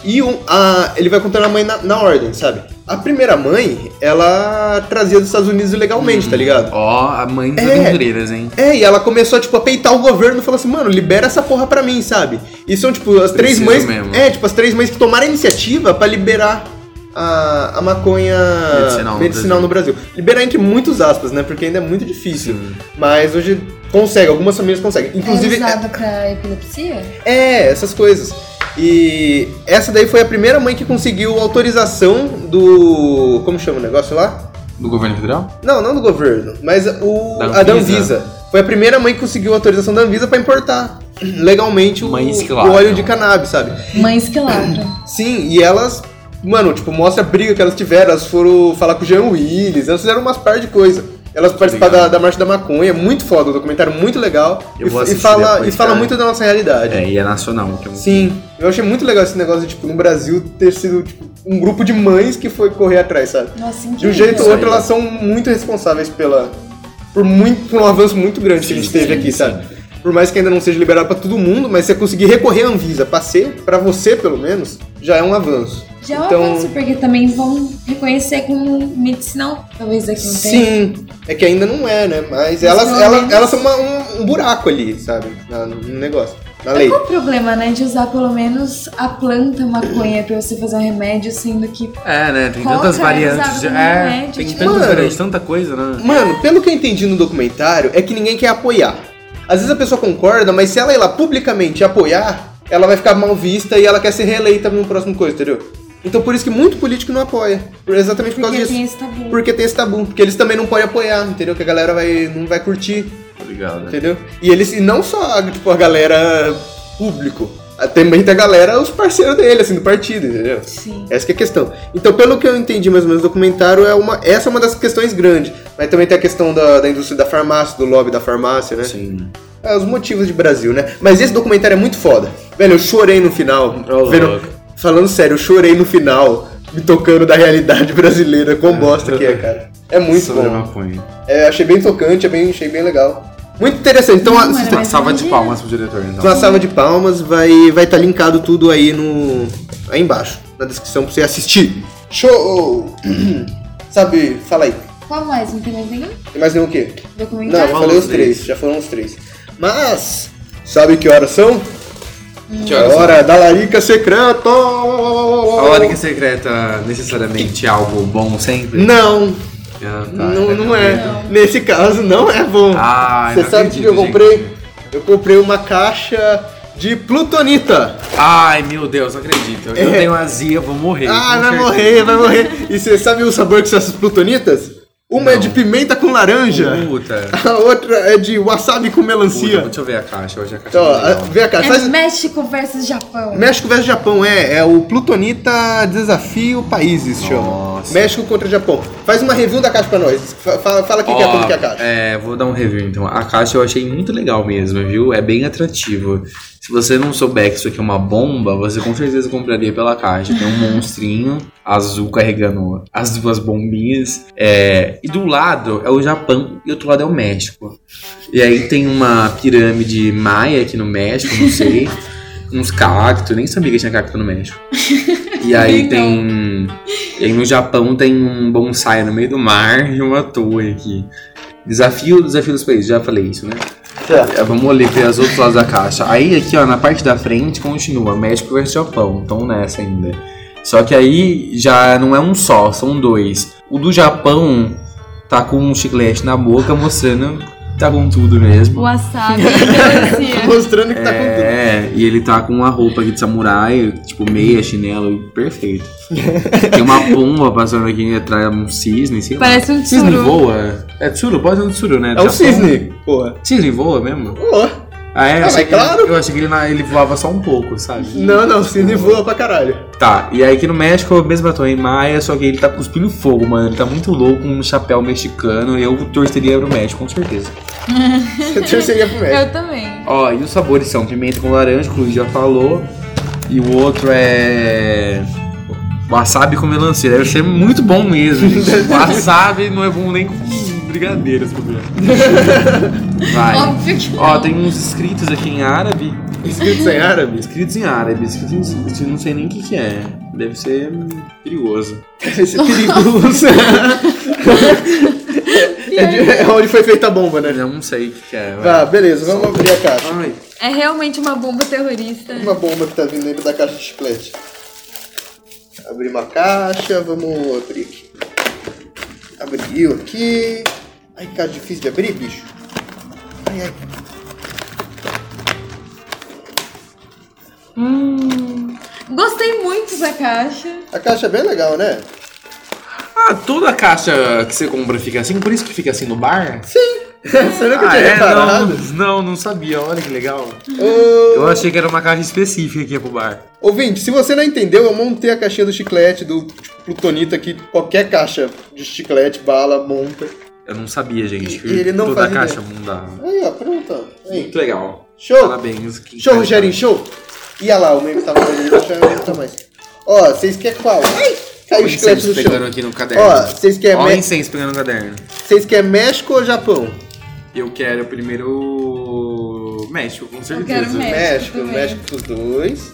S1: E um- a- ele vai contando a mãe na, na ordem, sabe? A primeira mãe, ela trazia dos Estados Unidos ilegalmente, tá ligado?
S2: Ó, a mãe das
S1: É.
S2: aventureiras, hein?
S1: É, e ela começou, tipo, a peitar o governo e falou assim, mano, libera essa porra pra mim, sabe? E são, tipo, as três
S2: Preciso
S1: mães.
S2: mesmo.
S1: É, tipo, as três mães que tomaram a iniciativa pra liberar a, a maconha
S2: Medicinal no
S1: no Brasil. Liberar entre muitos aspas, né? Porque ainda é muito difícil.
S2: Sim.
S1: Mas hoje consegue, algumas famílias conseguem. Inclusive,
S3: é
S1: é,
S3: usado pra epilepsia?
S1: é, essas coisas. E essa daí foi a primeira mãe que conseguiu autorização do. Como chama o negócio lá?
S2: Do governo federal?
S1: Não, não do governo, mas o,
S2: Da
S1: a da
S2: Anvisa.
S1: Anvisa. Foi a primeira mãe que conseguiu a autorização da Anvisa pra importar legalmente o,
S2: Mães que
S1: o
S2: lavram.
S1: óleo de cannabis, sabe?
S3: Mães que
S1: Uhum.
S3: lavram.
S1: Sim, e elas, mano, tipo, mostra a briga que elas tiveram. Elas foram falar com o Jean Willis, elas fizeram umas par de coisa. Elas participaram da,
S2: Legal.
S1: da Marcha da Maconha, muito foda, um documentário muito legal.
S2: Eu
S1: e, e
S2: vou assistir
S1: fala,
S2: depois,
S1: e fala
S2: cara.
S1: muito da nossa realidade.
S2: É, e é nacional. que é um-
S1: Sim, eu achei muito legal esse negócio de, tipo, no Brasil ter sido tipo, um grupo de mães que foi correr atrás, sabe?
S3: Nossa,
S1: De um
S3: incrível.
S1: jeito ou
S2: Isso
S1: outro,
S2: aí.
S1: elas são muito responsáveis pela. Por, muito, por um avanço muito grande que a gente
S2: Sim,
S1: teve
S2: sim,
S1: aqui,
S2: sim.
S1: sabe? Por mais que ainda não seja liberado pra todo mundo, mas você conseguir recorrer à Anvisa pra ser, pra você pelo menos, já é um avanço.
S3: Já é um
S1: Então-
S3: avanço, porque também vão reconhecer como medicinal. Talvez um aqui não tenha.
S1: Sim, é que ainda não é, né? Mas
S3: Mas
S1: elas,
S3: pelo
S1: elas,
S3: menos-
S1: elas são uma- um, um buraco ali, sabe? Na- no negócio, na lei.
S3: Qual o problema, né, de usar pelo menos a planta maconha pra você fazer um remédio, sendo que
S2: É, né? Tem
S3: Coca
S2: tantas
S3: é
S2: variantes.
S3: usado
S2: de-
S3: como
S2: É,
S3: remédio,
S2: tem
S3: tipo-
S2: tantas
S1: Mano.
S2: variantes, tanta coisa, né?
S1: Mano, pelo que eu entendi no documentário, é que ninguém quer apoiar. Às vezes a pessoa concorda, mas se ela ir lá publicamente apoiar, ela vai ficar mal vista e ela quer ser reeleita no próximo coisa, entendeu? Então por isso que muito político não apoia. Por- Exatamente por causa
S3: porque tem
S1: disso.
S3: esse tabu.
S1: Porque tem esse tabu. Porque eles também não podem apoiar, entendeu? Que a galera vai, não vai curtir,
S2: Tá Obrigado.
S1: entendeu? E eles, e não só tipo, a galera público, também tem a galera, os parceiros dele, assim, do partido, entendeu?
S3: Sim.
S1: Essa que é a questão. Então, pelo que eu entendi mais ou menos do documentário, é uma, essa é uma das questões grandes. Mas também tem a questão da, da indústria da farmácia, do lobby da farmácia, né?
S2: Sim.
S1: é, os motivos de Brasil, né? Mas esse documentário é muito foda. Velho, eu chorei no final.
S2: Ô,
S1: vendo-
S2: louco.
S1: falando sério, eu chorei no final, me tocando da realidade brasileira, quão bosta que é, cara. É muito
S2: Sobre a
S1: bom.
S2: maconha.
S1: É, achei bem tocante, é bem, achei bem legal. Muito interessante. Então,
S3: Não,
S1: a-
S3: mas
S1: vocês
S3: é
S1: têm-
S2: Uma salva de
S3: imagina.
S2: palmas pro diretor, então.
S1: então, a salva de palmas vai estar vai tá linkado tudo aí no. aí embaixo, na descrição pra você assistir. Show! Sabe, fala aí.
S3: Qual mais? Não tem mais nenhum
S1: Tem mais nenhum o quê? Não,
S3: documentário?
S1: eu
S2: Falou
S1: falei os
S2: os
S1: três,
S2: três.
S1: já foram os três. Mas, sabe que horas são?
S2: Que
S1: É
S2: horas são?
S1: hora da larica secreta!
S2: A hora que secreta necessariamente é algo bom sempre?
S1: Não,
S2: Ah, tá.
S1: não, não é.
S3: Não.
S1: Nesse caso, não é bom.
S2: Ah,
S1: Você
S2: não
S1: sabe o que
S2: acredito,
S1: eu
S2: gente.
S1: comprei? Eu comprei uma caixa de plutonita.
S2: Ai, meu Deus, não acredito. Eu tenho azia, vou morrer.
S1: É. Ah,
S2: Com
S1: vai
S2: certeza.
S1: morrer, vai morrer. E você sabe o sabor que são essas plutonitas? Uma é
S2: Não.
S1: de pimenta com laranja,
S2: Puta.
S1: a outra é de wasabi com
S2: Puta,
S1: melancia.
S2: deixa eu ver a caixa. Hoje a caixa
S1: Então, ó,
S2: tá legal.
S1: vê a caixa.
S3: É
S1: Faz...
S3: México versus Japão.
S1: México versus Japão, é. É o Plutonita Desafio Países, chama.
S2: Nossa.
S1: México contra Japão. Faz uma review da caixa pra nós. Fa- Fala, fala o que, que é
S2: Ó,
S1: tudo que é a caixa.
S2: é, vou dar um review então. A caixa eu achei muito legal mesmo, viu? É bem atrativo. Se você não souber que isso aqui é uma bomba, você com certeza compraria pela caixa. Tem um monstrinho azul carregando as duas bombinhas. É, e do lado é o Japão e do outro lado é o México. E aí tem uma pirâmide maia aqui no México, não sei. Uns cactos, nem sabia que tinha cacto no México. E aí
S3: Então.
S2: tem. E aí no Japão tem um bonsai no meio do mar e uma torre aqui. Desafio, desafio dos países, já falei isso, né? É, Vamos olhar para os outros lados da caixa. Aí aqui, ó, na parte da frente continua México versus Japão, estão nessa ainda. Só que aí já não é um só, são dois. O do Japão tá com um chiclete na boca, mostrando que tá com tudo mesmo.
S3: Wasabi melancia.
S1: Mostrando que tá com tudo.
S2: É, e ele tá com uma roupa aqui de samurai, tipo meia, chinelo, perfeito. Tem uma pomba passando aqui atrás, um cisne, sei lá.
S3: Parece um
S2: Cisne
S3: tsuru.
S2: voa? É tsuru, pode ser um tsuru, né?
S1: É um
S2: Do Japão.
S1: cisne, porra.
S2: Cisne voa mesmo?
S1: Porra.
S2: Ah, é?
S1: Ah,
S2: Eu achei
S1: mas
S2: que ele-
S1: claro.
S2: eu achei que ele, na- ele voava só um pouco, sabe?
S1: Não, não, cisne voa pra caralho.
S2: Tá, e aí aqui no México é o mesmo ator em Maia, só que ele tá cuspindo fogo, mano. Ele tá muito louco, um chapéu mexicano. Eu torceria pro México, com certeza.
S1: Eu torceria pro México.
S3: Eu também.
S2: Ó, e os sabores são pimenta com laranja, que o Luiz já falou. E o outro é. Wasabi com melancia. Deve ser muito bom mesmo. gente. Wasabi não é bom nem com brigadeiros, por Vai.
S3: Óbvio que não.
S2: Ó, tem uns escritos aqui em árabe.
S1: Escrito em árabe.
S2: Escritos em árabe, escritos em. eu Não sei nem o que, que é. Deve ser perigoso.
S1: Esse é perigoso. é, de- é onde foi feita a bomba, né?
S2: Eu não sei o que, que é. vai.
S1: Tá, beleza, vamos abrir a caixa.
S2: Ai,
S3: É realmente uma bomba terrorista.
S1: Uma bomba que tá vindo dentro da caixa de chiclete. Abrir uma caixa, vamos abrir aqui. Abriu aqui. Ai, caixa difícil de abrir, bicho. Ai, ai.
S3: Gostei muito da caixa.
S1: A caixa é bem legal, né?
S2: Ah, toda caixa que você compra fica assim, por isso que fica assim no bar?
S1: Sim. Você nunca
S2: Ah,
S1: tinha
S2: é? Não,
S1: reparado?
S2: não, não sabia. Olha que legal.
S1: Ô,
S2: Eu achei que era uma caixa específica que ia pro bar.
S1: Ouvinte, se você não entendeu, eu montei a caixinha do chiclete, do tipo, plutonita, que qualquer caixa de chiclete, bala, monta.
S2: Eu não sabia, gente.
S1: E- e ele não
S2: Toda
S1: faz
S2: caixa mudava.
S1: Aí, ó, pronto. ó. Aí.
S2: Muito legal.
S1: Show!
S2: Parabéns. que
S1: Show,
S2: caixa.
S1: Rogerinho, show! E olha lá, o meio que tava ali, já não tá mais. Ó, vocês querem qual? Ai, caiu
S2: Olha
S1: o
S2: o
S1: chiclete
S2: incenso
S1: no
S2: pegando
S1: chão.
S2: aqui no
S1: Ó,
S2: caderno.
S1: vocês querem,
S2: Olha o
S1: me...
S2: incenso pegando no caderno.
S1: vocês querem México ou Japão?
S2: Eu quero primeiro México, com certeza.
S3: quero México.
S1: México,
S3: também.
S1: México pros dois.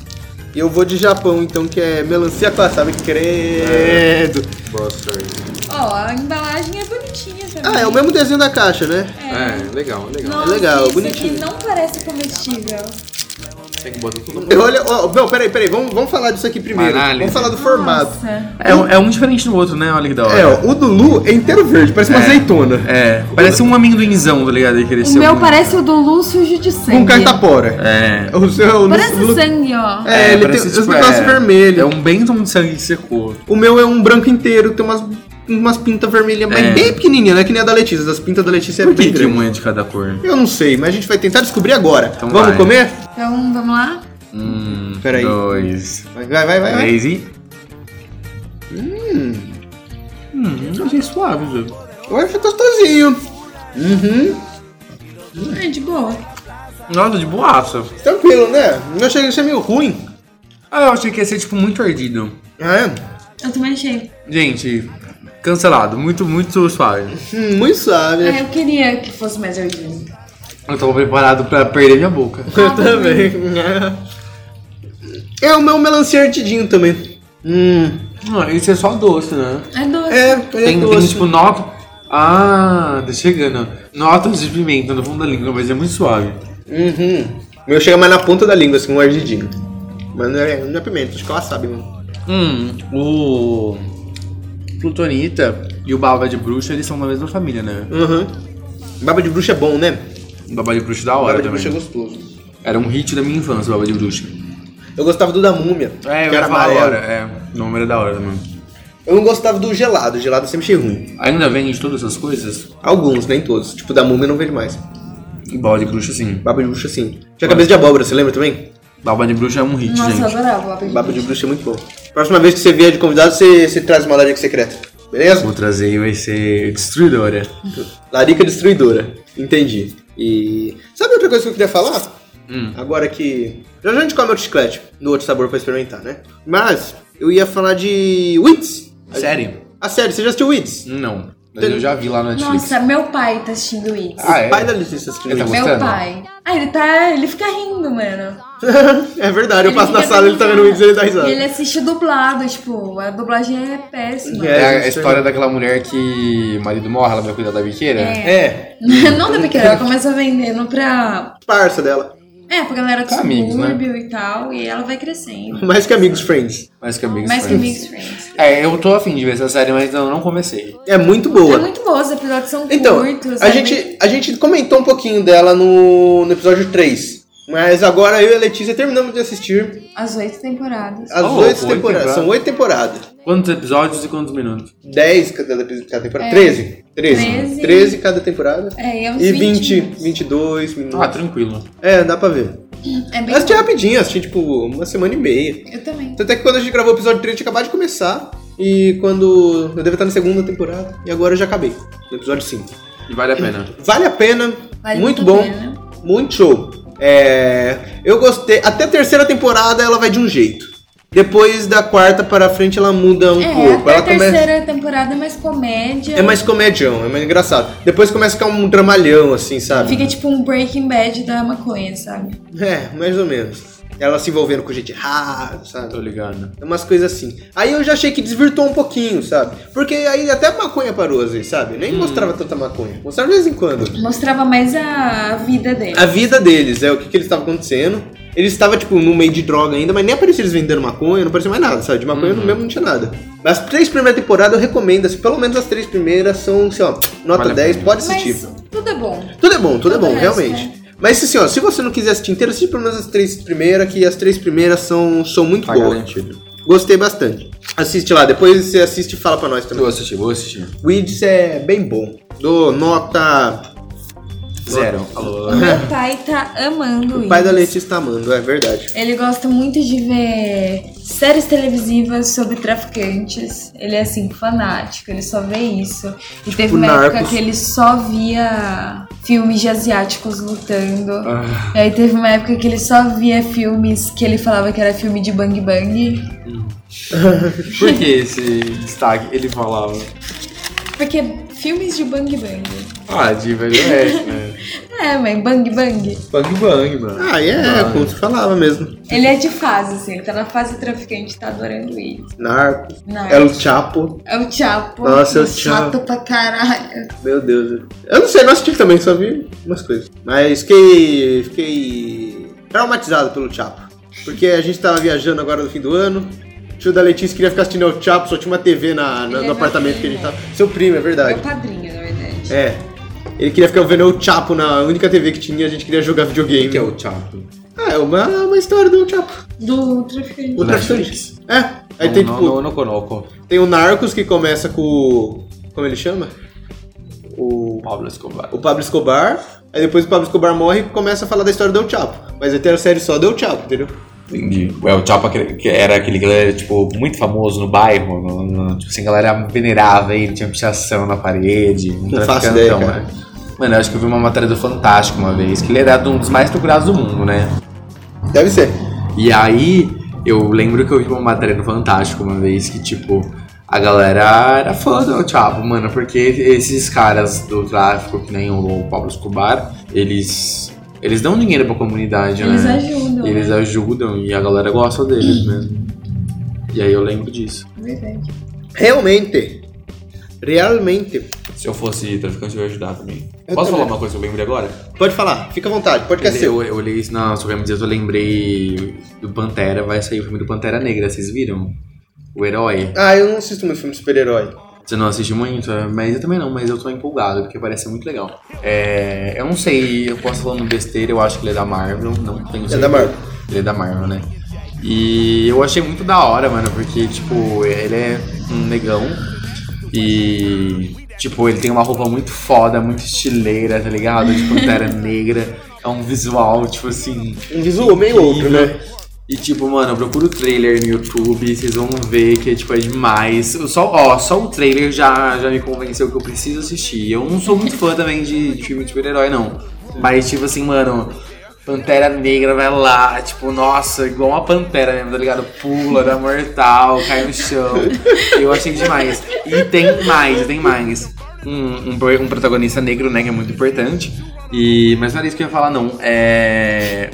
S1: E eu vou de Japão, então, que é melancia com wasabi, credo.
S2: Boa sorte.
S3: Ó, a embalagem é bonitinha também.
S1: Ah, é o mesmo desenho da caixa, né?
S2: É, legal, legal.
S3: Nossa,
S1: legal, é
S3: isso
S1: bonitinho.
S3: aqui não parece comestível.
S2: Tem que botar tudo no
S1: Olha, ó, não, peraí, peraí, vamos, vamos falar disso aqui primeiro.
S2: Análise.
S1: Vamos falar do formato.
S3: Nossa.
S2: é, um- é um diferente do outro, né? Olha que da hora.
S1: É, ó, o do Lu é inteiro verde, parece uma
S2: É.
S1: azeitona.
S2: É, parece um amendoinzão, tá ligado? Ele
S3: O
S2: cresceu
S3: meu
S2: muito.
S3: parece o do Lu sujo de
S1: é
S3: sangue.
S1: Com cartapora.
S2: É.
S1: O seu, o
S3: Parece
S1: Lu-
S3: sangue, ó.
S1: É, ele
S2: parece,
S1: tem os
S2: tipo,
S1: negócios
S2: é-
S1: vermelhos.
S2: É um bem tom de sangue que secou.
S1: O meu é um branco inteiro, tem umas, umas pintas vermelhas, mas
S2: É.
S1: bem pequenininha, né? Que nem a da Letícia. As pintas da Letícia é
S2: Por
S1: bem
S2: que, que
S1: grande.
S2: um é de cada cor?
S1: Eu não sei, mas a gente vai tentar descobrir agora.
S2: Então
S1: Vamos
S2: vai.
S1: comer?
S3: Então, vamos lá?
S2: Um,
S1: Peraí.
S2: dois,
S1: Vai, vai, vai. vai.
S2: três e... Hum, eu achei suave, viu?
S1: é Olha que gostosinho. Uhum.
S3: É de boa.
S2: Nossa, de boaça.
S1: Tranquilo, né? Eu achei que ia ser meio ruim.
S2: Ah, eu achei que ia ser, tipo, muito ardido.
S1: É,
S3: Eu também achei.
S2: Gente, cancelado. Muito, muito suave.
S1: Hum, muito suave.
S3: Ah, eu queria que fosse mais ardido.
S2: Eu tô preparado pra perder minha boca.
S1: Eu também. É o meu melancia ardidinho também. Hum.
S2: Não, isso é só doce, né?
S3: É doce.
S1: É, ele é
S2: Tem, tem
S1: doce.
S2: tipo nota. Ah, tá chegando. Notas de pimenta no fundo da língua, mas é muito suave.
S1: Uhum. O meu chega mais na ponta da língua, assim, um ardidinho. Mas não é, não é pimenta, acho que ela sabe, mano.
S2: Hum, o. Plutonita e o Baba de Bruxa, eles são da mesma família, né?
S1: Uhum. Baba de bruxa é bom, né?
S2: O Baba de Bruxa da hora
S1: Baba de
S2: também.
S1: bruxa é gostoso.
S2: Era um hit da minha infância, o Baba de Bruxa.
S1: Eu gostava do da múmia,
S2: É,
S1: que
S2: era
S1: era
S2: da hora.
S1: amarelo.
S2: É, o nome era da hora também.
S1: Eu não gostava do gelado, o gelado eu sempre achei ruim.
S2: Ainda vende todas essas coisas?
S1: Alguns, nem todos. Tipo, da múmia eu não vejo mais.
S2: O Baba de Bruxa, sim.
S1: Baba de bruxa, sim. Tinha cabeça de abóbora, você lembra também?
S2: Baba de Bruxa é um hit,
S3: Nossa, eu
S2: gente.
S3: adorava o apetite.
S1: Baba de bruxa é muito bom. Próxima vez que você vier de convidado, você, você traz uma larica secreta. Beleza?
S2: Vou trazer e vai ser destruidora.
S1: Larica destruidora. Entendi. E. Sabe outra coisa que eu queria falar?
S2: Hum.
S1: Agora que. Já já a gente come outro chiclete no outro sabor pra experimentar, né? Mas eu ia falar de. Wits!
S2: Sério?
S1: A sério, você já assistiu Wits?
S2: Não. Mas eu já vi lá na Netflix.
S3: Nossa, meu pai tá assistindo isso.
S2: Ah, é?
S1: O pai da Letícia assistiu
S2: Ele tá
S1: Wits.
S3: meu
S2: gostando?
S3: pai. Ah, ele tá. Ele fica rindo, mano.
S1: é verdade, eu passo na
S3: fica
S1: sala, ele tá vendo Wits e ele tá
S3: E
S1: risado.
S3: Ele assiste dublado, tipo, a dublagem é péssima.
S1: É,
S2: É a- a
S1: isso
S2: história
S1: aí.
S2: daquela mulher que o marido morre, ela vai cuidar da biqueira?
S3: É.
S1: É,
S3: Não da pequena, ela começa vendendo pra.
S1: parça dela.
S3: É, pra galera do
S2: Pra amigos, né?
S3: subúrbio e tal, e ela vai crescendo.
S1: Mais que amigos friends.
S2: Mais que amigos.
S3: Mais que
S2: friends.
S3: Mix Friends.
S2: É, eu tô afim de ver essa série, mas eu não comecei.
S1: É muito
S3: É
S1: boa.
S3: muito bom, os episódios são
S1: Então,
S3: curtos.
S1: a,
S3: é bem-
S1: gente, a gente comentou um pouquinho dela no, no episódio 3. Mas agora eu e a Letícia terminamos de assistir
S3: As oito temporadas.
S1: as
S2: Oh,
S1: oito
S2: oito
S1: temporadas.
S2: temporadas.
S1: São oito temporadas.
S2: Quantos episódios e quantos minutos?
S1: 10 cada, cada temporada.
S3: É.
S1: 13. 13.
S3: Treze.
S1: 13 cada temporada.
S3: É, eu
S1: E 20, 22 minutos.
S2: Ah, tranquilo.
S1: É, dá pra ver.
S3: É bem
S1: Eu assisti rapidinho, assisti tipo uma semana e meia.
S3: Eu também.
S1: Tanto é que quando a gente gravou o episódio 3, tinha acabado de começar. E quando. Eu devo estar na segunda temporada. E agora eu já acabei. No episódio 5.
S2: E vale a pena.
S1: Vale a pena.
S3: Vale
S1: muito
S3: muito
S1: bom.
S3: a pena.
S1: Muito show. É, eu gostei. Até a terceira temporada ela vai de um jeito. Depois da quarta para frente ela muda um
S3: é,
S1: pouco. Ela
S3: até a
S1: começa.
S3: terceira temporada é mais comédia.
S1: É mais comedião, é mais engraçado. Depois começa a ficar um dramalhão, assim, sabe?
S3: Fica tipo um Breaking Bad da maconha, sabe?
S1: É, mais ou menos. Ela se envolvendo com gente errada,
S2: Tô
S1: sabe?
S2: ligado.
S1: Umas coisas assim. Aí eu já achei que desvirtuou um pouquinho, sabe? Porque aí até a maconha parou, às vezes, sabe?
S2: Hum.
S1: Nem mostrava tanta maconha. Mostrava de vez em quando.
S3: Mostrava mais a vida dele.
S1: A vida deles, é o que, que eles estavam acontecendo. Eles estavam, tipo, no meio de droga ainda, mas nem aparecia eles vendendo maconha, não parecia mais nada, sabe? De maconha
S2: Uhum.
S1: mesmo não tinha nada. Mas as três primeiras temporadas eu recomendo, assim, pelo menos as três primeiras são, assim, ó, nota
S2: Vale a
S1: 10,
S2: pena.
S1: pode assistir.
S3: Mas tudo é bom.
S1: Tudo é bom, tudo é
S3: Todo
S1: bom,
S3: o resto,
S1: realmente.
S3: né?
S1: Mas assim, ó, se você não quiser assistir inteiro, assiste pelo menos as três primeiras, que as três primeiras são, são muito
S2: Tá
S1: boas.
S2: garantido.
S1: Gostei bastante. Assiste lá, depois você assiste e fala pra nós
S2: Vou
S1: também.
S2: assistir, vou assistir.
S1: Weeds é bem bom. Dou nota.
S2: Zero. Alô.
S3: O meu pai tá amando
S1: É. O pai
S3: isso.
S1: da Letícia tá amando, é verdade.
S3: Ele gosta muito de ver séries televisivas sobre traficantes. Ele é assim, fanático, ele só vê isso. E teve uma época
S1: Tipo Narcos.
S3: que ele só via filmes de asiáticos lutando.
S2: Ah,
S3: E aí teve uma época que ele só via filmes que ele falava que era filme de bang bang.
S2: por que esse destaque? Ele falava.
S3: Porque filmes de bang bang.
S2: Ah, diva é, né?
S3: É, mãe, bang bang.
S2: Bang bang, mano.
S1: Ah, e é,
S2: Ah.
S1: como você falava mesmo.
S3: Ele é de fase, assim, ele tá na fase traficante, tá adorando isso.
S1: Narco,
S3: Narcos.
S1: El Chapo,
S3: É o Chapo.
S1: Nossa, é o
S3: chato pra caralho.
S1: meu Deus. Eu não sei, não assisti também, só vi umas coisas. Mas fiquei. fiquei traumatizado pelo Chapo. Porque a gente tava viajando agora no fim do ano. O tio da Letícia queria ficar assistindo El Chapo, só tinha uma TV na, na-
S3: Ele é
S1: no
S3: meu
S1: apartamento que a
S3: primo.
S1: gente tava. Seu primo, é verdade.
S3: Meu padrinho, na verdade.
S1: É. Ele queria ficar vendo o Chapo na única TV que tinha, a gente queria jogar videogame.
S2: que é o Chapo?
S1: Ah, é uma, uma história do El Chapo.
S3: Do traficante.
S1: O
S2: Netflix.
S1: traficante. É. Aí tem tipo.
S2: No, no, no Conoco.
S1: Tem o Narcos que começa com. o- Como ele chama? O.
S2: Pablo Escobar.
S1: o Pablo Escobar. Aí depois o Pablo Escobar morre e começa a falar da história do El Chapo. Mas até a série só deu Chapo, entendeu?
S2: Entendi. É, o Chapa que- que era aquele que era, tipo, muito famoso no bairro. No, no- tipo assim, a galera venerava ele, tinha pichação na parede. Um
S1: Não faço
S2: traficantão,
S1: ideia, cara.
S2: né? Mano, eu acho que eu vi uma matéria do Fantástico uma vez, que ele era um dos mais procurados do mundo, né?
S1: Deve ser.
S2: E aí, eu lembro que eu vi uma matéria no Fantástico uma vez que, tipo, a galera era fã do El Chapo, mano, porque esses caras do tráfico, que nem o Pablo Escobar, eles. Eles dão dinheiro pra comunidade,
S3: Eles
S2: né?
S3: ajudam.
S2: Eles ajudam e a galera gosta deles mesmo. E aí eu lembro disso.
S3: Verdade.
S1: Realmente. Realmente.
S2: Se eu fosse traficante, eu ia ajudar também.
S1: Eu
S2: Posso
S1: também.
S2: falar uma coisa que eu lembrei agora?
S1: Pode falar, fica à vontade, pode
S2: Eu,
S1: ser.
S2: eu, eu olhei isso na Suprema Dias, eu lembrei do Pantera, vai sair o filme do Pantera Negra, vocês viram? O herói.
S1: Ah, eu não assisto muito filme de super-herói.
S2: Você não assiste muito, é, mas eu também não, mas eu tô empolgado, porque parece ser muito legal. É, eu não sei, eu posso falar um besteira, eu acho que ele é da Marvel, não tenho certeza.
S1: da Marvel.
S2: Ele é da Marvel, né? E eu achei muito da hora, mano, porque, tipo, ele é um negão e, tipo, ele tem uma roupa muito foda, muito estileira, tá ligado? De pantera negra. É um visual, tipo assim,
S1: Um visual meio outro,
S2: incrível.
S1: né?
S2: E tipo, mano, procura o trailer no YouTube, vocês vão ver que tipo, é demais. Eu Só, ó, só o trailer já, já me convenceu que eu preciso assistir. Eu não sou muito fã também de, de filme de super-herói, não. Mas tipo assim, mano, Pantera Negra vai lá, tipo, nossa, igual uma pantera mesmo, tá ligado? Pula, dá mortal, cai no chão. Eu achei demais. E tem mais, tem mais. Um, um pro- um protagonista negro, né, que é muito importante. E, mas não era isso que eu ia falar, não. É.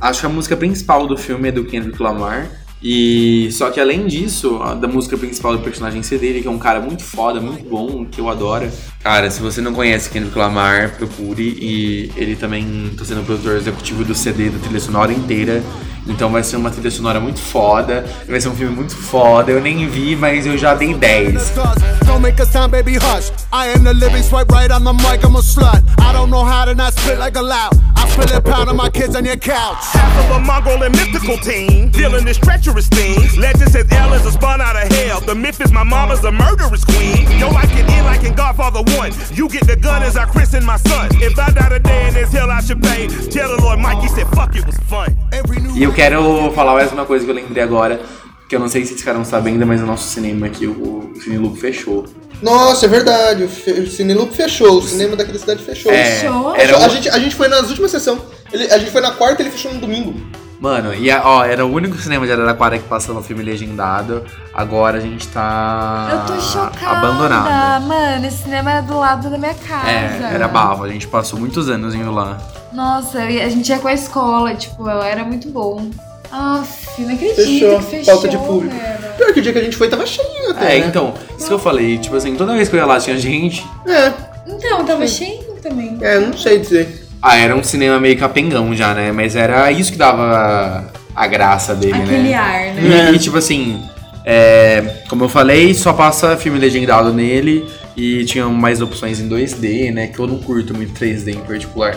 S2: Acho que a música principal do filme é do Kendrick Lamar. E só que além disso, a- da música principal do personagem ser dele, que é um cara muito foda, muito bom, que eu adoro. Cara, se você não conhece Kendrick Lamar, procure. E ele também tá sendo produtor executivo do CD da trilha sonora inteira. Então vai ser uma trilha sonora muito foda. Vai ser um filme muito foda. Eu nem vi, mas eu já dei 10.
S5: Stars. Don't make a sound, baby, hush. I am the living swipe right on the mic, I'm a slut. I don't know how to not spit like a loud. I spill a pound on my kids on your couch.
S6: half of a Mongol and mythical team, dealing this treacherous thing. Legend says Ellen's a spun out of hell. The myth is my mama's a murderous queen. Yo, I can end like in Godfather 1. You get the gun as I christen my son. If I die today in this hell, I should pay. Tell the Lord Mike, he said, fuck, it was fun.
S5: Every new
S2: E eu quero falar mais uma coisa que eu lembrei agora. Que eu não sei se esse cara não sabe ainda, mas o nosso cinema aqui, o, o Cine Loop fechou.
S1: Nossa, é verdade. O, fe... o Cineloop fechou, o cinema daquele cidade fechou.
S2: É,
S3: Fechou?
S2: era
S1: a,
S2: o-
S1: gente, a gente foi nas últimas sessões. Ele- a gente foi na quarta ele fechou no domingo.
S2: Mano, e a- ó, era o único cinema de Araraquara que passava filme legendado. Agora a gente tá.
S3: Eu tô chocada.
S2: Abandonado.
S3: Mano, esse cinema era do lado da minha casa.
S2: É, era bafo, a gente passou muitos anos indo lá.
S3: Nossa, eu ia- a gente ia com a escola, tipo, eu era muito bom. Aff, não acredito
S1: Fechou.
S3: que fechou.
S1: Falta de público.
S3: velho.
S1: Pior que o dia que a gente foi tava cheio
S2: É,
S1: até. né?
S2: então, isso que eu falei, tipo assim, toda vez que eu ia lá tinha gente.
S1: É,
S3: Então, tava cheio também.
S1: é, não sei dizer.
S2: Ah, era um cinema meio capengão já, né? Mas era isso que dava a graça dele,
S3: Aquele
S2: né?
S3: ar, né?
S2: E, e, tipo assim, é, como eu falei, só passa filme legendado nele e tinha mais opções em 2D, né? Que eu não curto muito 3D em particular.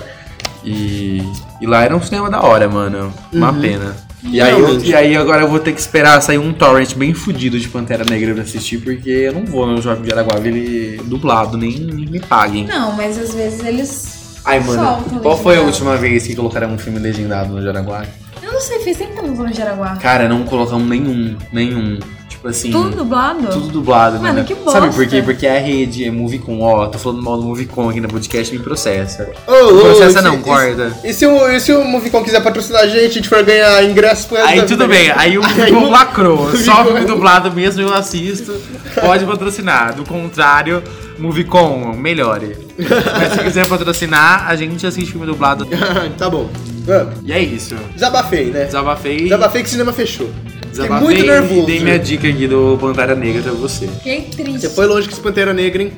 S2: E, e lá era um cinema da hora, mano. Uma pena. E aí, eu-
S1: Realmente.
S2: e aí agora eu vou ter que esperar sair um torrent bem fudido de Pantera Negra pra assistir, porque eu não vou no Shopping de Araguá ver ele dublado, nem, nem me paguem.
S3: Não, mas às vezes eles.
S2: Ai, mano,
S3: soltam
S2: qual foi a
S3: legendado.
S2: última vez que colocaram um filme legendado no Jaraguá?
S3: Eu não sei, fez tempo que eu não vou no Jaraguá.
S2: Cara, não colocamos nenhum, nenhum. Tipo assim...
S3: Tudo dublado?
S2: Tudo dublado,
S3: Mano,
S2: né?
S3: que bosta.
S2: Sabe por quê? Porque é a rede, é Movicon, ó. Tô falando mal do Movicon aqui no podcast, me processa.
S1: Ô, ô,
S2: processa
S1: esse-
S2: não,
S1: esse-
S2: corda.
S1: E se, o, e se o Movicon quiser patrocinar a gente, a gente for ganhar ingresso pra
S2: Aí tudo bem, aí o Movicon
S1: o-
S2: lacrou. Só
S1: Movicon-
S2: filme dublado mesmo eu assisto. Pode patrocinar. Do contrário, Movicon, melhore. Mas se quiser patrocinar, a gente assiste filme dublado.
S1: tá bom. Ah,
S2: E é isso.
S1: Desabafei, né?
S2: Desabafei.
S1: Desabafei que o cinema fechou. Fiquei
S2: desabafei
S1: muito nervoso.
S2: E dei minha dica aqui do Pantera Negra pra você.
S3: Fiquei triste.
S1: Você foi longe com esse Pantera Negra, hein?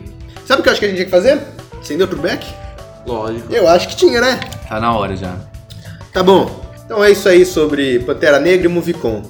S1: Sabe o que eu acho que a gente tinha que fazer? Acender outro back?
S2: Lógico.
S1: Eu acho que tinha, né?
S2: Tá na hora já.
S1: Tá bom. Então é isso aí sobre Pantera Negra e Movicon.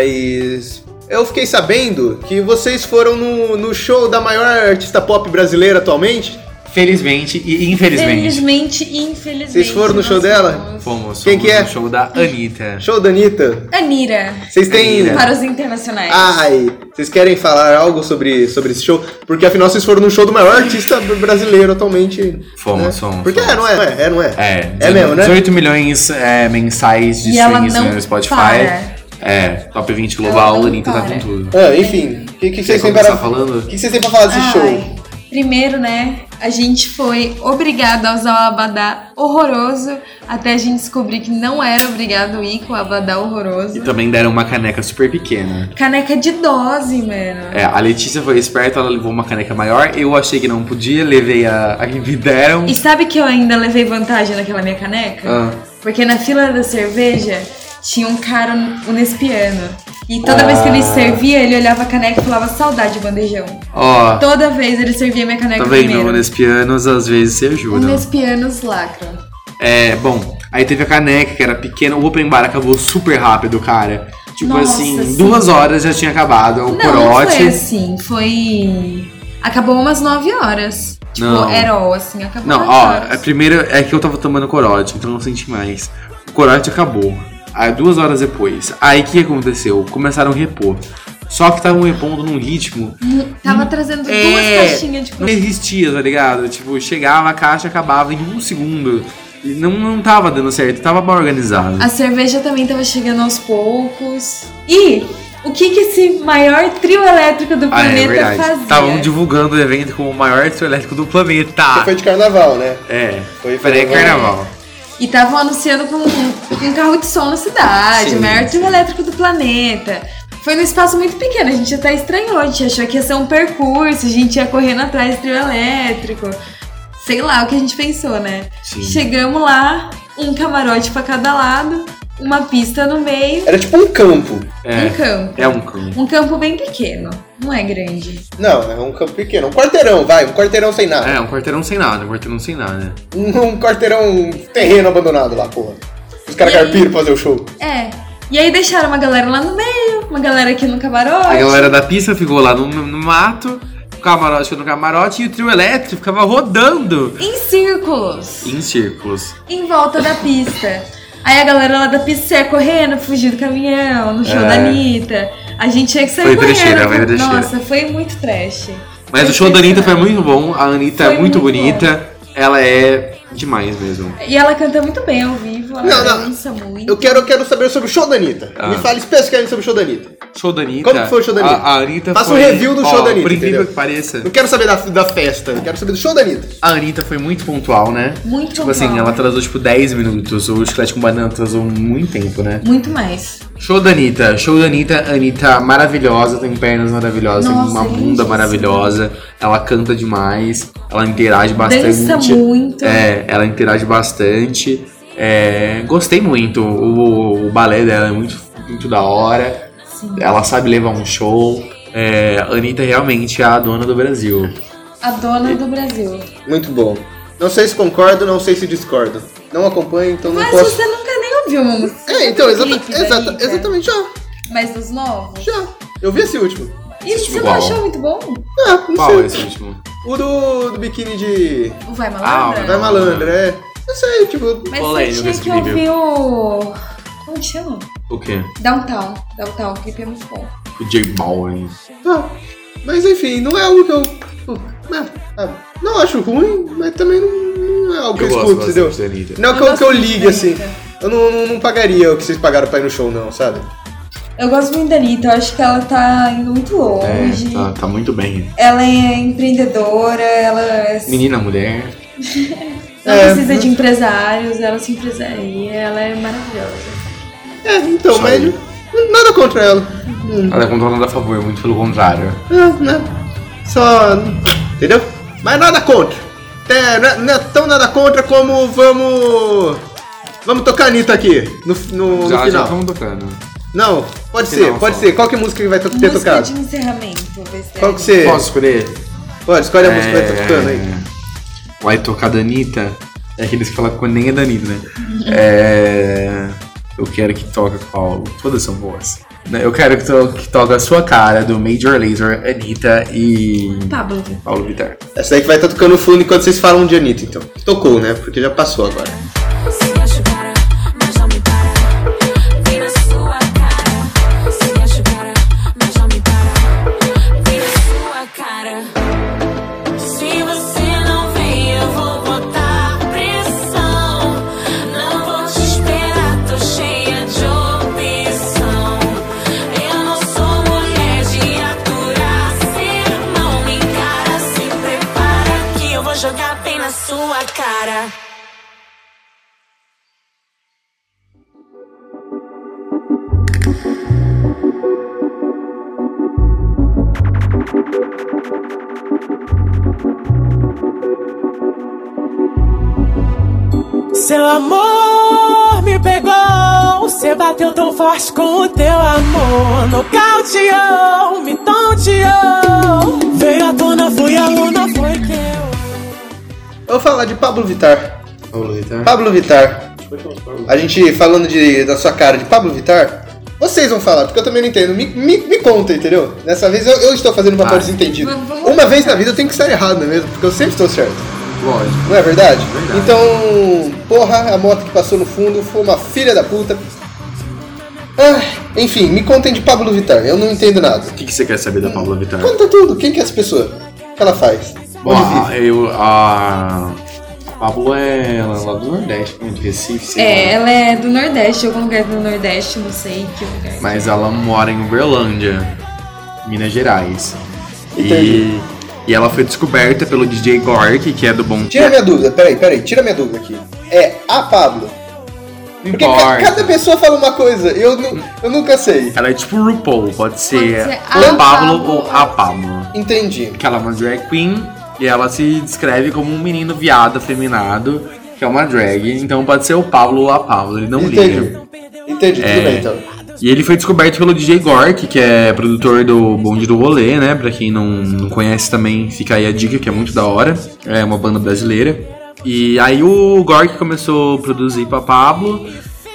S1: Mas eu fiquei sabendo que vocês foram no, no show da maior artista pop brasileira atualmente.
S2: Felizmente e infelizmente.
S3: Felizmente e infelizmente.
S1: Vocês foram no
S3: nós
S1: show dela?
S3: fomos.
S2: Fomos,
S1: Quem que
S2: fomos
S1: é?
S2: no show da Anitta.
S1: Show da Anitta.
S3: Anira.
S1: Vocês têm.
S2: Anitta.
S3: Para os internacionais.
S1: Ai, vocês querem falar algo sobre, sobre esse show? Porque afinal vocês foram no show do maior artista br- brasileiro atualmente.
S2: Fomos,
S1: né?
S2: fomos,
S1: Porque é, não é? É, não é?
S2: É,
S1: É mesmo, né?
S2: 18 milhões é, mensais de
S3: E ela
S2: streams
S3: não
S2: no Spotify.
S3: para.
S2: É, top 20
S3: Ela
S2: global,
S3: não
S2: a Anitta tá
S3: para.
S2: com tudo.
S1: Ah, enfim, o que, que
S2: Quer
S1: vocês têm
S2: começar
S1: para. O
S2: falando?
S1: que vocês têm pra falar desse
S3: Ai.
S1: show?
S3: Primeiro, né? a gente foi obrigado a usar o abadá horroroso até a gente descobrir que não era obrigado ir com o abadá horroroso.
S2: E também deram uma caneca super pequena.
S3: Caneca de dose, mano.
S2: É, a Letícia foi esperta, ela levou uma caneca maior. Eu achei que não podia, levei a, a que me deram.
S3: E sabe que eu ainda levei vantagem naquela minha caneca?
S2: Ah.
S3: Porque na fila da cerveja tinha um cara unespiano. E toda vez que ele
S2: Ah.
S3: servia, ele olhava a caneca e falava saudade, bandejão.
S2: Ó, tá
S3: Toda vez ele servia minha caneca
S2: vendo?
S3: então,
S2: né?
S3: primeiro. Um
S2: Nespianos às vezes se ajudam.
S3: Unespianos lacram.
S2: É, bom, aí teve a caneca, que era pequena. O open bar acabou super rápido, cara. Tipo
S3: Nossa,
S2: assim,
S3: sim.
S2: duas horas já tinha acabado o
S3: Não, não
S2: corote.
S3: foi assim, foi... Acabou umas 9 horas. Tipo,
S2: Não.
S3: era all, assim, acabou
S2: Não,
S3: nove
S2: ó,
S3: horas.
S2: a primeira é que eu tava tomando corote, então eu não senti mais. O corote acabou. Aí duas horas depois. Aí o que aconteceu? Começaram a repor. Só que estavam repondo num ritmo.
S3: Tava trazendo
S2: É,
S3: duas caixinhas de
S2: Não
S3: coisa.
S2: existia, tá ligado? Tipo, chegava, a caixa acabava em um segundo. E não, não tava dando certo, tava mal organizado.
S3: A cerveja também tava chegando aos poucos. E o que que esse maior trio elétrico do
S2: Ah, é
S3: planeta
S2: verdade.
S3: fazia?
S2: Estavam divulgando o evento como o maior elétrico do planeta.
S1: Foi de carnaval, né?
S2: É,
S1: Foi
S2: pré-carnaval.
S3: E estavam anunciando com com um carro de som na cidade,
S2: Sim.
S3: o maior trio elétrico do planeta. Foi num espaço muito pequeno, a gente até estranhou, a gente achou que ia ser um percurso, a gente ia correndo atrás do trio elétrico. Sei lá o que a gente pensou, né?
S2: Sim.
S3: Chegamos lá, um camarote pra cada lado, uma pista no meio,
S1: Era tipo um campo.
S3: um
S2: É,
S3: campo.
S2: é um cão.
S3: Um campo bem pequeno, não é grande.
S1: Não, é um campo pequeno. Um quarteirão, vai. Um quarteirão sem nada.
S2: É, um quarteirão sem nada, um quarteirão sem nada.
S1: Um, um quarteirão terreno abandonado lá, porra. Os caras
S3: E aí?
S1: carpiram pra fazer o show.
S3: É. E aí deixaram uma galera lá no meio, uma galera aqui no camarote.
S2: A galera da pista ficou lá no, no mato, o camarote ficou no camarote e o trio elétrico ficava rodando
S3: Em círculos.
S2: em círculos.
S3: em volta da pista. Aí a galera lá da pista saia correndo, fugiu do caminhão, no show
S2: É.
S3: da Anitta. A gente tinha que sair
S2: Foi
S3: correndo.
S2: trecheira, foi trecheira.
S3: Nossa, foi muito trash.
S2: Mas o show da Anitta foi muito bom, a Anitta
S3: Foi
S2: é muito,
S3: muito
S2: bonita, ela é demais mesmo.
S3: E ela canta muito bem ao vivo, ela
S1: Não, não.
S3: dança muito.
S1: Eu quero, eu quero saber sobre o show da Anitta.
S2: Ah.
S1: Me fala especificamente sobre o show da Anitta.
S2: Show da Anitta.
S1: Como que foi o show da Anitta?
S2: A, a Anitta
S1: Faça um
S2: foi-
S1: review do
S2: ó,
S1: show da Anitta,
S2: Por incrível
S1: entendeu?
S2: que pareça,
S1: Não quero saber da, da festa, eu quero saber do show da Anitta.
S2: a Anitta foi muito pontual, né?
S3: Muito
S2: Tipo assim,
S3: pontual.
S2: ela atrasou tipo 10 minutos, o chiclete com banana atrasou muito tempo, né?
S3: Muito mais.
S2: Show da Anitta, show da Anitta, Anitta maravilhosa, tem pernas maravilhosas, tem
S3: Nossa,
S2: uma bunda
S3: lindíssima.
S2: maravilhosa, ela canta demais, ela interage bastante.
S3: Dança muito.
S2: É, ela interage bastante. É, gostei muito, o, o balé dela é muito, muito da hora,
S3: Sim.
S2: ela sabe levar um show. É, a Anitta realmente é a dona do Brasil.
S3: A dona do Brasil.
S1: Muito bom. Não sei se concordo, não sei se discordo. Não acompanho, então não
S3: Mas
S1: posso.
S3: você né? nunca nem ouviu uma música.
S1: É, então,
S3: do
S1: exata-
S3: clipe da
S1: exata-
S3: Anitta.
S1: exatamente, já,
S3: Mas dos novos.
S1: já. Eu vi esse último.
S3: E
S2: Esse
S3: você
S2: tipo
S3: não
S2: qual?
S3: achou muito bom?
S1: Ah, não
S2: Qual
S1: sei.
S2: é esse último?
S1: O do, do biquíni de.
S3: O Vai
S2: Ah, o
S3: Malandra?
S1: Vai malandra, é. Não sei, tipo.
S3: Mas
S2: Polêmico
S3: você
S2: esse
S3: tinha que
S2: clipe,
S3: ouvir o... Como que chama?
S2: O quê?
S3: Downtown. Downtown, o clipe é muito bom.
S2: O J Balvin.
S1: ah, Mas enfim, não é algo que eu. ah, ah, Não acho ruim, mas também não, não é algo que eu, escuto,
S2: bastante
S1: entendeu?
S2: da Anitta.
S1: Não é
S3: Eu
S1: que eu, que eu
S3: gosto muito
S1: ligue
S3: da
S1: assim.
S3: Anitta.
S1: Eu não, não, não pagaria o que vocês pagaram pra ir no show, não, sabe?
S3: Eu gosto muito da Anitta, eu acho que ela tá indo muito longe.
S2: É, tá, tá muito bem.
S3: Ela é empreendedora, ela é-
S2: Menina, mulher.
S3: não
S1: É,
S3: precisa
S1: mas-
S3: de empresários, ela se empresaria, ela é maravilhosa.
S1: É, então,
S2: Isso
S1: mas.
S2: aí.
S1: Nada contra ela.
S2: Ela é contra nada a favor, muito pelo contrário.
S1: É, né? Só. Entendeu? Mas nada contra. É, não, é, não é tão nada contra como vamos. Vamos tocar a Anitta aqui no, no, no
S2: já já
S1: final.
S2: estamos tocando.
S1: Não, pode
S2: Final
S1: ser, pode
S2: só.
S1: ser. Qual que é a música que vai to- ter
S3: música
S1: tocado?
S3: de encerramento, vê se é.
S1: Qual que você.
S2: Posso É. escolher?
S1: Pode, escolhe a música que vai estar tocando aí.
S2: Vai tocar da Anitta. É aqueles que falam que nem é da Anitta, né? é... Eu quero que toque qual? Todas são boas. Né, Eu quero que, to... que toque a sua cara do Major Laser, Anitta e
S3: Pablo.
S2: Paulo Vittar.
S1: Essa daí que vai estar tocando no fundo enquanto vocês falam de Anitta, então. Tocou, né? Porque já passou agora.
S7: Se machucara, mas não me para. Vem na sua cara. Se machucara, mas não me para. Vem na sua cara. Se você não vem, eu vou botar pressão. Não vou te esperar, tô cheia de opção. Eu não sou mulher de aturar. Não me encara, se prepara que eu vou jogar. sua cara.
S8: Seu amor me pegou, cê bateu tão forte com o teu amor. Nocauteou, me tonteou. Veio à tona, fui a luna, foi que eu.
S1: Eu vou falar de Pablo Vittar.
S2: Ô, Vitor.
S1: Pablo Vittar. A gente falando de, da sua cara de Pablo Vittar. Vocês vão falar, porque eu também não entendo. Me, me, me conta, entendeu? Dessa vez eu, eu estou fazendo um papel
S2: Ah.
S1: desentendido.
S3: Vamos- vamos-
S1: Uma vez na vida eu tenho que estar errado, não é mesmo? Porque eu sempre estou certo.
S2: Lógico.
S1: Não é verdade?
S2: Verdade.
S1: Então, porra, a moto que passou no fundo foi uma filha da puta. Ah, enfim, me contem de Pablo Vittar, eu não entendo nada.
S2: O que, que você quer saber da Paula Vittar?
S1: Conta tudo, quem que é essa pessoa? O que ela faz?
S2: Bom,
S1: Onde
S2: a, eu, a. A Pabllo é ela é lá do Nordeste, né? De Recife, sei
S3: É,
S2: lá.
S3: ela é do Nordeste, algum lugar do Nordeste, não sei que lugar.
S2: Mas ela mora em Uberlândia, Minas Gerais. E,
S1: Entendi.
S2: e ela foi descoberta pelo DJ Gork, que é do Bom
S1: Tira minha dúvida, peraí, peraí, tira minha dúvida aqui. É a Pablo. Porque ca-
S2: Importa.
S1: cada pessoa fala uma coisa, eu, nu- eu nunca sei.
S2: Ela é tipo RuPaul, pode ser,
S3: ser a
S2: o Pablo
S3: Pabllo.
S2: ou a Pablo.
S1: Entendi.
S2: que ela é uma drag queen e ela se descreve como um menino viado afeminado, que é uma drag. Então pode ser o Pablo ou a Pablo, ele não
S1: Entendi.
S2: liga.
S1: Entendi, tudo
S2: É.
S1: bem então.
S2: E ele foi descoberto pelo DJ Gork, que é produtor do Bonde do Rolê, né? Pra quem não, não conhece também, fica aí a dica, que é muito da hora. É uma banda brasileira. E aí o Gork começou a produzir pra Pablo.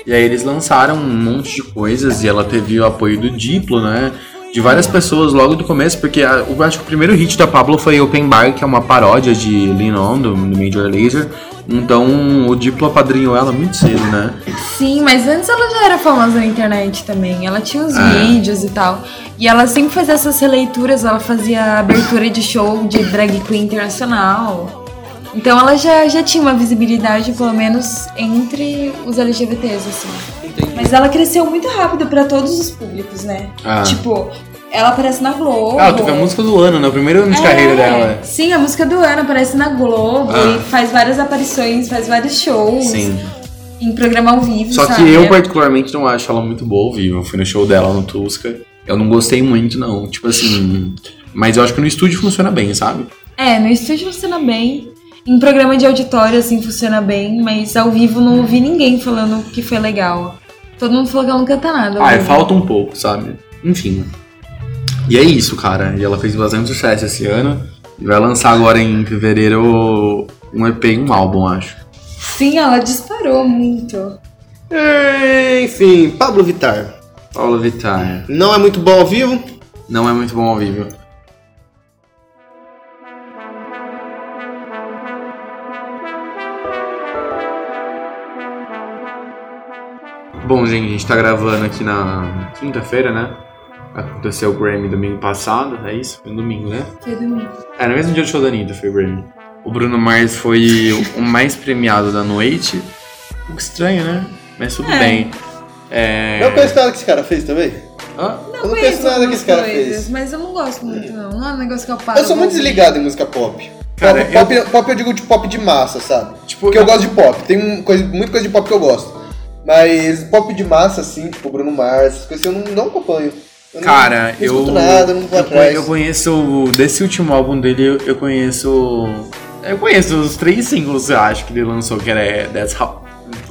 S2: E aí eles lançaram um monte de coisas e ela teve o apoio do Diplo, né? De várias pessoas logo do começo, porque a- eu acho que o primeiro hit da Pablo foi Open Bar, que é uma paródia de Lean On, do, do Major Lazer. Então o Diplo apadrinhou ela muito cedo, né?
S3: Sim, mas antes ela já era famosa na internet também. Ela tinha
S2: É.
S3: os vídeos e tal. E ela sempre fazia essas releituras, ela fazia abertura de show de drag queen internacional. Então ela já, já tinha uma visibilidade, pelo menos, entre os LGBTs, assim. Mas ela cresceu muito rápido pra todos os públicos, né?
S2: Ah.
S3: Tipo, ela aparece na Globo.
S2: Ah, teve a música do ano, né? O primeiro ano de
S3: É,
S2: carreira dela. né?
S3: Sim, a música do ano aparece na Globo
S2: Ah.
S3: e faz várias aparições, faz vários shows
S2: Sim.
S3: em programa ao vivo.
S2: Só que
S3: sabe?
S2: eu, particularmente, não acho ela muito boa ao vivo. Eu fui no show dela no Tusca. Eu não gostei muito, não. Tipo assim. Mas eu acho que no estúdio funciona bem, sabe?
S3: É, no estúdio funciona bem. Em programa de auditório, assim, funciona bem, mas ao vivo não ouvi ninguém falando que foi legal. Todo mundo falou que ela não canta nada. né? ao
S2: Ah,
S3: vivo.
S2: falta um pouco, sabe? Enfim. E é isso, cara. E ela fez bastante sucesso esse ano. E vai lançar agora em fevereiro um EP e um álbum, acho.
S3: Sim, ela disparou muito.
S1: Enfim, Pablo Vittar.
S2: Paula Vittar.
S1: Não é muito bom ao vivo?
S2: Não é muito bom ao vivo. Bom, gente, a gente tá gravando aqui na quinta-feira, né? Aconteceu o Grammy domingo passado, é isso? Foi no domingo, né?
S3: Foi domingo.
S2: É, no mesmo dia do show da Anitta foi o Grammy. O Bruno Mars foi o mais premiado da noite. Um pouco estranho, né? Mas tudo
S3: É.
S2: bem. É...
S1: Não conheço nada que esse cara fez também?
S2: Hã?
S1: eu não conheço nada que esse cara fez.
S3: Mas eu não gosto muito, não. Não é um negócio que eu paro.
S1: Eu sou muito
S3: pra ouvir.
S1: desligado em música pop.
S2: Cara,
S1: pop, pop, pop eu digo de pop de massa, sabe?
S2: Tipo,
S1: Porque eu gosto de pop. Tem um coisa, muita coisa de pop que eu gosto. Mas pop de massa, assim, tipo Bruno Mars, essas coisas assim, eu não, não acompanho. Eu não-
S2: Cara,
S1: não,
S2: eu.
S1: escuto nada, não vou
S2: eu,
S1: atrás.
S2: eu conheço. Desse último álbum dele, eu, eu conheço. Eu conheço os três singles, eu acho, que ele lançou, que era é, That's How.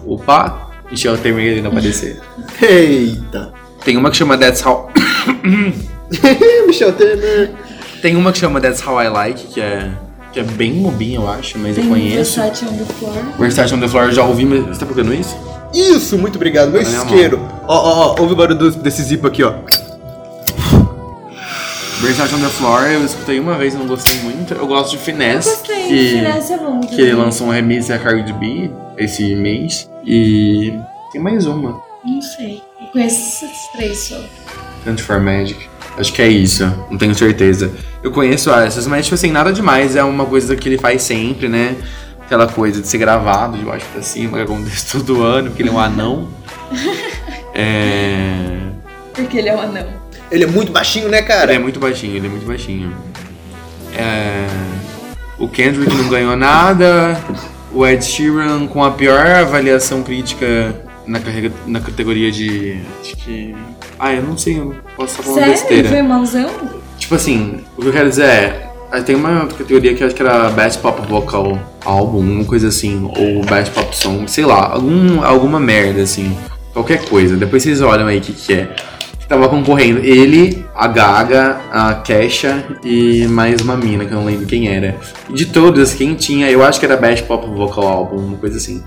S2: Opa! Deixa eu terminar ele não aparecer.
S1: Eita!
S2: Tem uma que chama That's How.
S1: Michel Temer.
S2: Tem uma que chama That's How I Like, que é. Que é bem bobinha, eu acho, mas
S3: Tem
S2: eu
S3: um
S2: conheço.
S3: Versace on the floor.
S2: Versace on the Floor, eu já ouvi, mas você tá procurando isso?
S1: Isso, muito obrigado, meu
S2: Tá na
S1: isqueiro. Ó, ó, ó, ouve o barulho dos- desse zipo aqui, ó.
S2: Versace on the Floor, eu escutei uma vez, não gostei muito. Eu gosto de Finesse.
S3: Gostei,
S2: que-
S3: Finesse é bom.
S2: que ele
S3: também.
S2: lançou um remix a Cardi B esse mês. E tem mais uma,
S3: Não sei. Eu conheço esses três só.
S2: Hunt for Magic. Acho que é isso, não tenho certeza. Eu conheço essas, mas tipo assim, nada demais, é uma coisa que ele faz sempre, né? Aquela coisa de ser gravado de baixo pra cima, que acontece todo ano, porque ele é um anão. é...
S3: Porque ele é um anão.
S1: Ele é muito baixinho, né,
S2: Ele
S1: cara?
S2: é muito baixinho, ele é muito baixinho. É... O Kendrick não ganhou nada. O Ed Sheeran com a pior avaliação crítica na, carrega, na categoria de. Acho que. Ah, eu não sei, eu posso estar falando
S3: Sério?
S2: besteira.
S3: Foi um malzão?
S2: Tipo assim, o que eu quero dizer é. aí Tem uma categoria que eu acho que era Best Pop Vocal Album, uma coisa assim, ou Best Pop Song, sei lá, algum, alguma merda assim, qualquer coisa. Depois vocês olham aí o que, que é. Que tava concorrendo ele, a Gaga, a Kesha e mais uma mina que eu não lembro quem era. E de todas, quem tinha, eu acho que era Best Pop Vocal Album, uma coisa assim.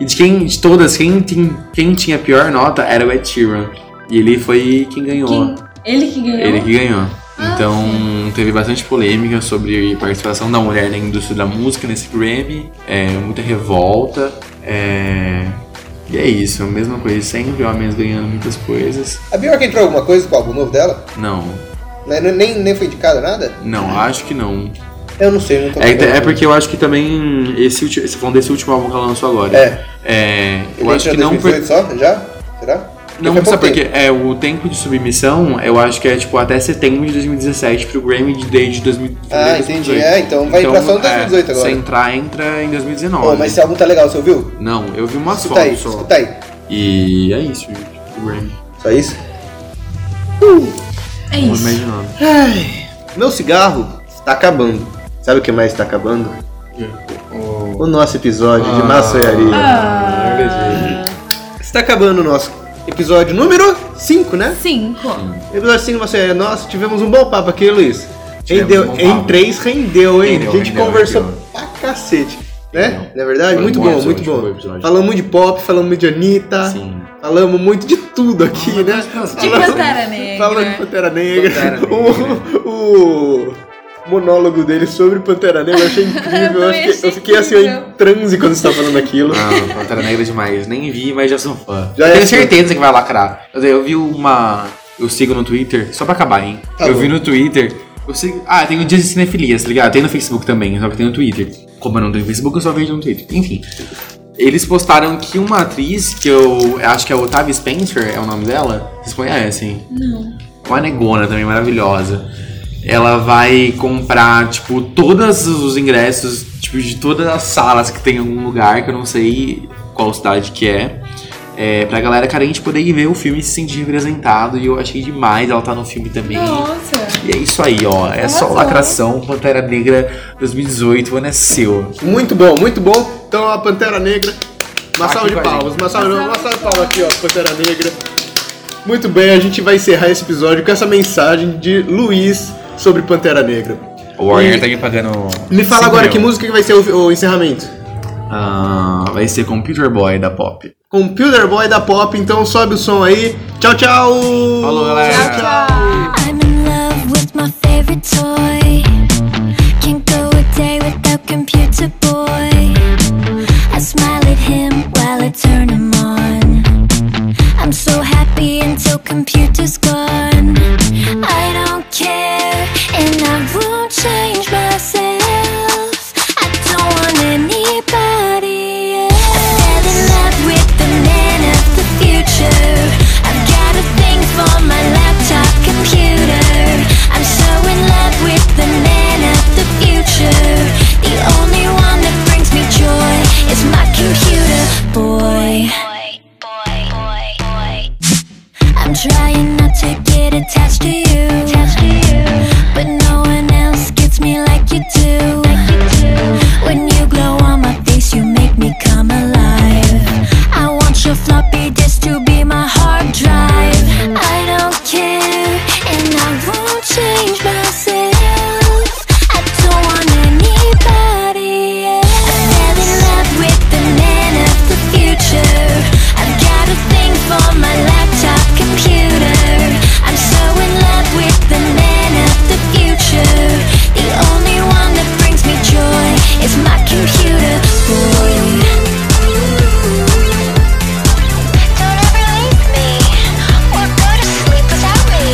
S2: E de, quem, de todas, quem, tin- quem tinha a pior nota era o Ed Sheeran. E ele foi quem ganhou.
S3: Quem? Ele que ganhou?
S2: Ele que ganhou. Então teve bastante polêmica sobre a participação da mulher na indústria da música nesse Grammy, é, muita revolta. é, E é isso, a mesma coisa sempre, homens ganhando muitas coisas.
S9: A Bjork entrou alguma coisa com o álbum novo dela?
S2: Não,
S9: Né, Nem, nem foi indicada nada?
S2: não, acho que não.
S9: Eu não sei, não tô
S2: É, que-
S9: lembrando.
S2: é porque eu acho que também esse último. Você falando desse último álbum que ela lançou agora.
S9: É.
S2: É, eu
S9: Ele
S2: acho
S9: entrou
S2: que
S9: em
S2: não.
S9: 2018
S2: Por...
S9: só? Já? Será?
S2: Não,
S9: Daqui a
S2: sabe por
S9: pouco
S2: quê? É, o tempo de submissão, eu acho que é tipo até setembro de 2017 pro Grammy de Day de 2018.
S9: Ah, entendi. É, então vai entrar só em 2018 agora.
S2: Se entrar, entra em 2019.
S9: Pô, mas esse álbum tá legal, você ouviu?
S2: Não, eu vi uma
S9: Escuta
S2: foto
S9: aí,
S2: só.
S9: escuta aí.
S2: E é isso, gente. O Grammy.
S9: Só isso?
S3: É
S2: Não
S3: isso.
S2: imaginando.
S1: Meu cigarro está acabando. Sabe o que mais está acabando? O nosso episódio
S2: Ah.
S1: de maçonharia.
S3: Ah.
S1: Está acabando o nosso episódio número 5, né?
S3: Cinco.
S1: Episódio 5 maçonharia. Nossa, tivemos um bom papo aqui, Luiz.
S2: Tivemos um
S1: Rendeu,
S2: bom
S1: em
S2: papo.
S1: 3 rendeu, hein?
S2: Rendeu,
S1: a gente
S2: rendeu,
S1: conversou
S2: rendeu.
S1: pra cacete. Né?
S2: Rendeu.
S1: Não é verdade?
S2: Foi
S1: muito
S2: um
S1: bom,
S2: bom episódio,
S1: muito bom.
S2: foi um bom episódio.
S1: Falamos muito de pop, falamos muito de Anitta,
S2: Sim.
S1: falamos muito de tudo aqui, né?
S3: De Pantera Negra.
S1: Falando de Pantera Negra,
S2: Pantera
S1: o, o monólogo dele sobre Pantera Negra eu achei incrível. eu,
S3: Eu também
S1: fiquei, eu
S3: achei
S1: fiquei assim
S3: incrível.
S1: em transe quando você tava falando aquilo.
S2: Não, Pantera Negra é demais. Nem vi, mas já sou um fã.
S1: Já
S2: eu
S1: é
S2: tenho
S1: fã.
S2: certeza que vai lacrar. Eu, eu vi uma. Eu sigo no Twitter, só pra acabar, hein?
S1: Tá
S2: eu
S1: bom.
S2: vi no Twitter. Eu sigo... Ah, tem o Dias de Cinefilia, tá ligado? Tem no Facebook também, só que tem no Twitter. Como eu não tenho Facebook, eu só vejo no Twitter. Enfim. Eles postaram que uma atriz, que eu acho que é a Otávia Spencer, é o nome dela. Vocês conhecem?
S3: 嗯
S2: uma negona também maravilhosa. Ela vai comprar, tipo, todos os ingressos, tipo, de todas as salas que tem em algum lugar, que eu não sei qual cidade que é. É, pra galera carente poder ir ver o filme e se sentir representado. E eu achei demais ela tá no filme também.
S3: Nossa.
S2: E é isso aí, ó. É só
S3: Arrasou.
S2: lacração, Pantera Negra 2018, o ano é seu.
S1: Muito bom, muito bom. Então a Pantera Negra. Uma
S2: Aqui
S1: salva de
S2: com a gente.
S1: palmas, uma salva, não, uma salva de palmas aqui, ó, Pantera Negra. Muito bem, a gente vai encerrar esse episódio com essa mensagem de Luiz sobre Pantera Negra.
S2: O Warner
S1: E-
S2: tá me pagando.
S1: Me fala
S2: cinco
S1: agora
S2: mil.
S1: que música que vai ser o, o encerramento.
S2: Ah, vai ser Computer Boy da Pop.
S1: Computer Boy da Pop, então sobe o som aí. Tchau, tchau!
S2: Falou, galera.
S1: Tchau, tchau!
S4: I'm in love with my favorite toy. Can't go a day without computer boy. I smile at him while I turn him on. I'm so happy until computer's gone. I don't care and I won't change myself. I don't want anybody else. I fell in love with the man of the future. I've got a thing for my laptop computer. I'm so in love with the man of the future. The only one that brings me joy is my computer boy. I'm trying not to get attached to you. But no one else gets me like you do. When you glow on my face, you make me come alive. I want your floppy disk to be my hard drive. I don't care, and I won't change myself. I don't want anybody else. I fell in love with the man of the future. I've got a thing for my laptop computer. I'm so in love with the man of the future. The only one that brings me joy is my computer boy. Don't ever leave me or go to sleep without me.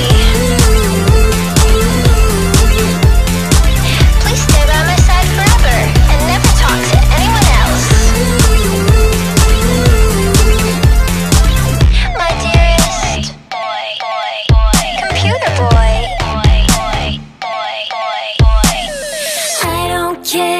S4: Please stay by my side forever and never talk to anyone else. My dearest boy, boy, boy, computer boy, boy, boy, boy, boy, boy. I don't care.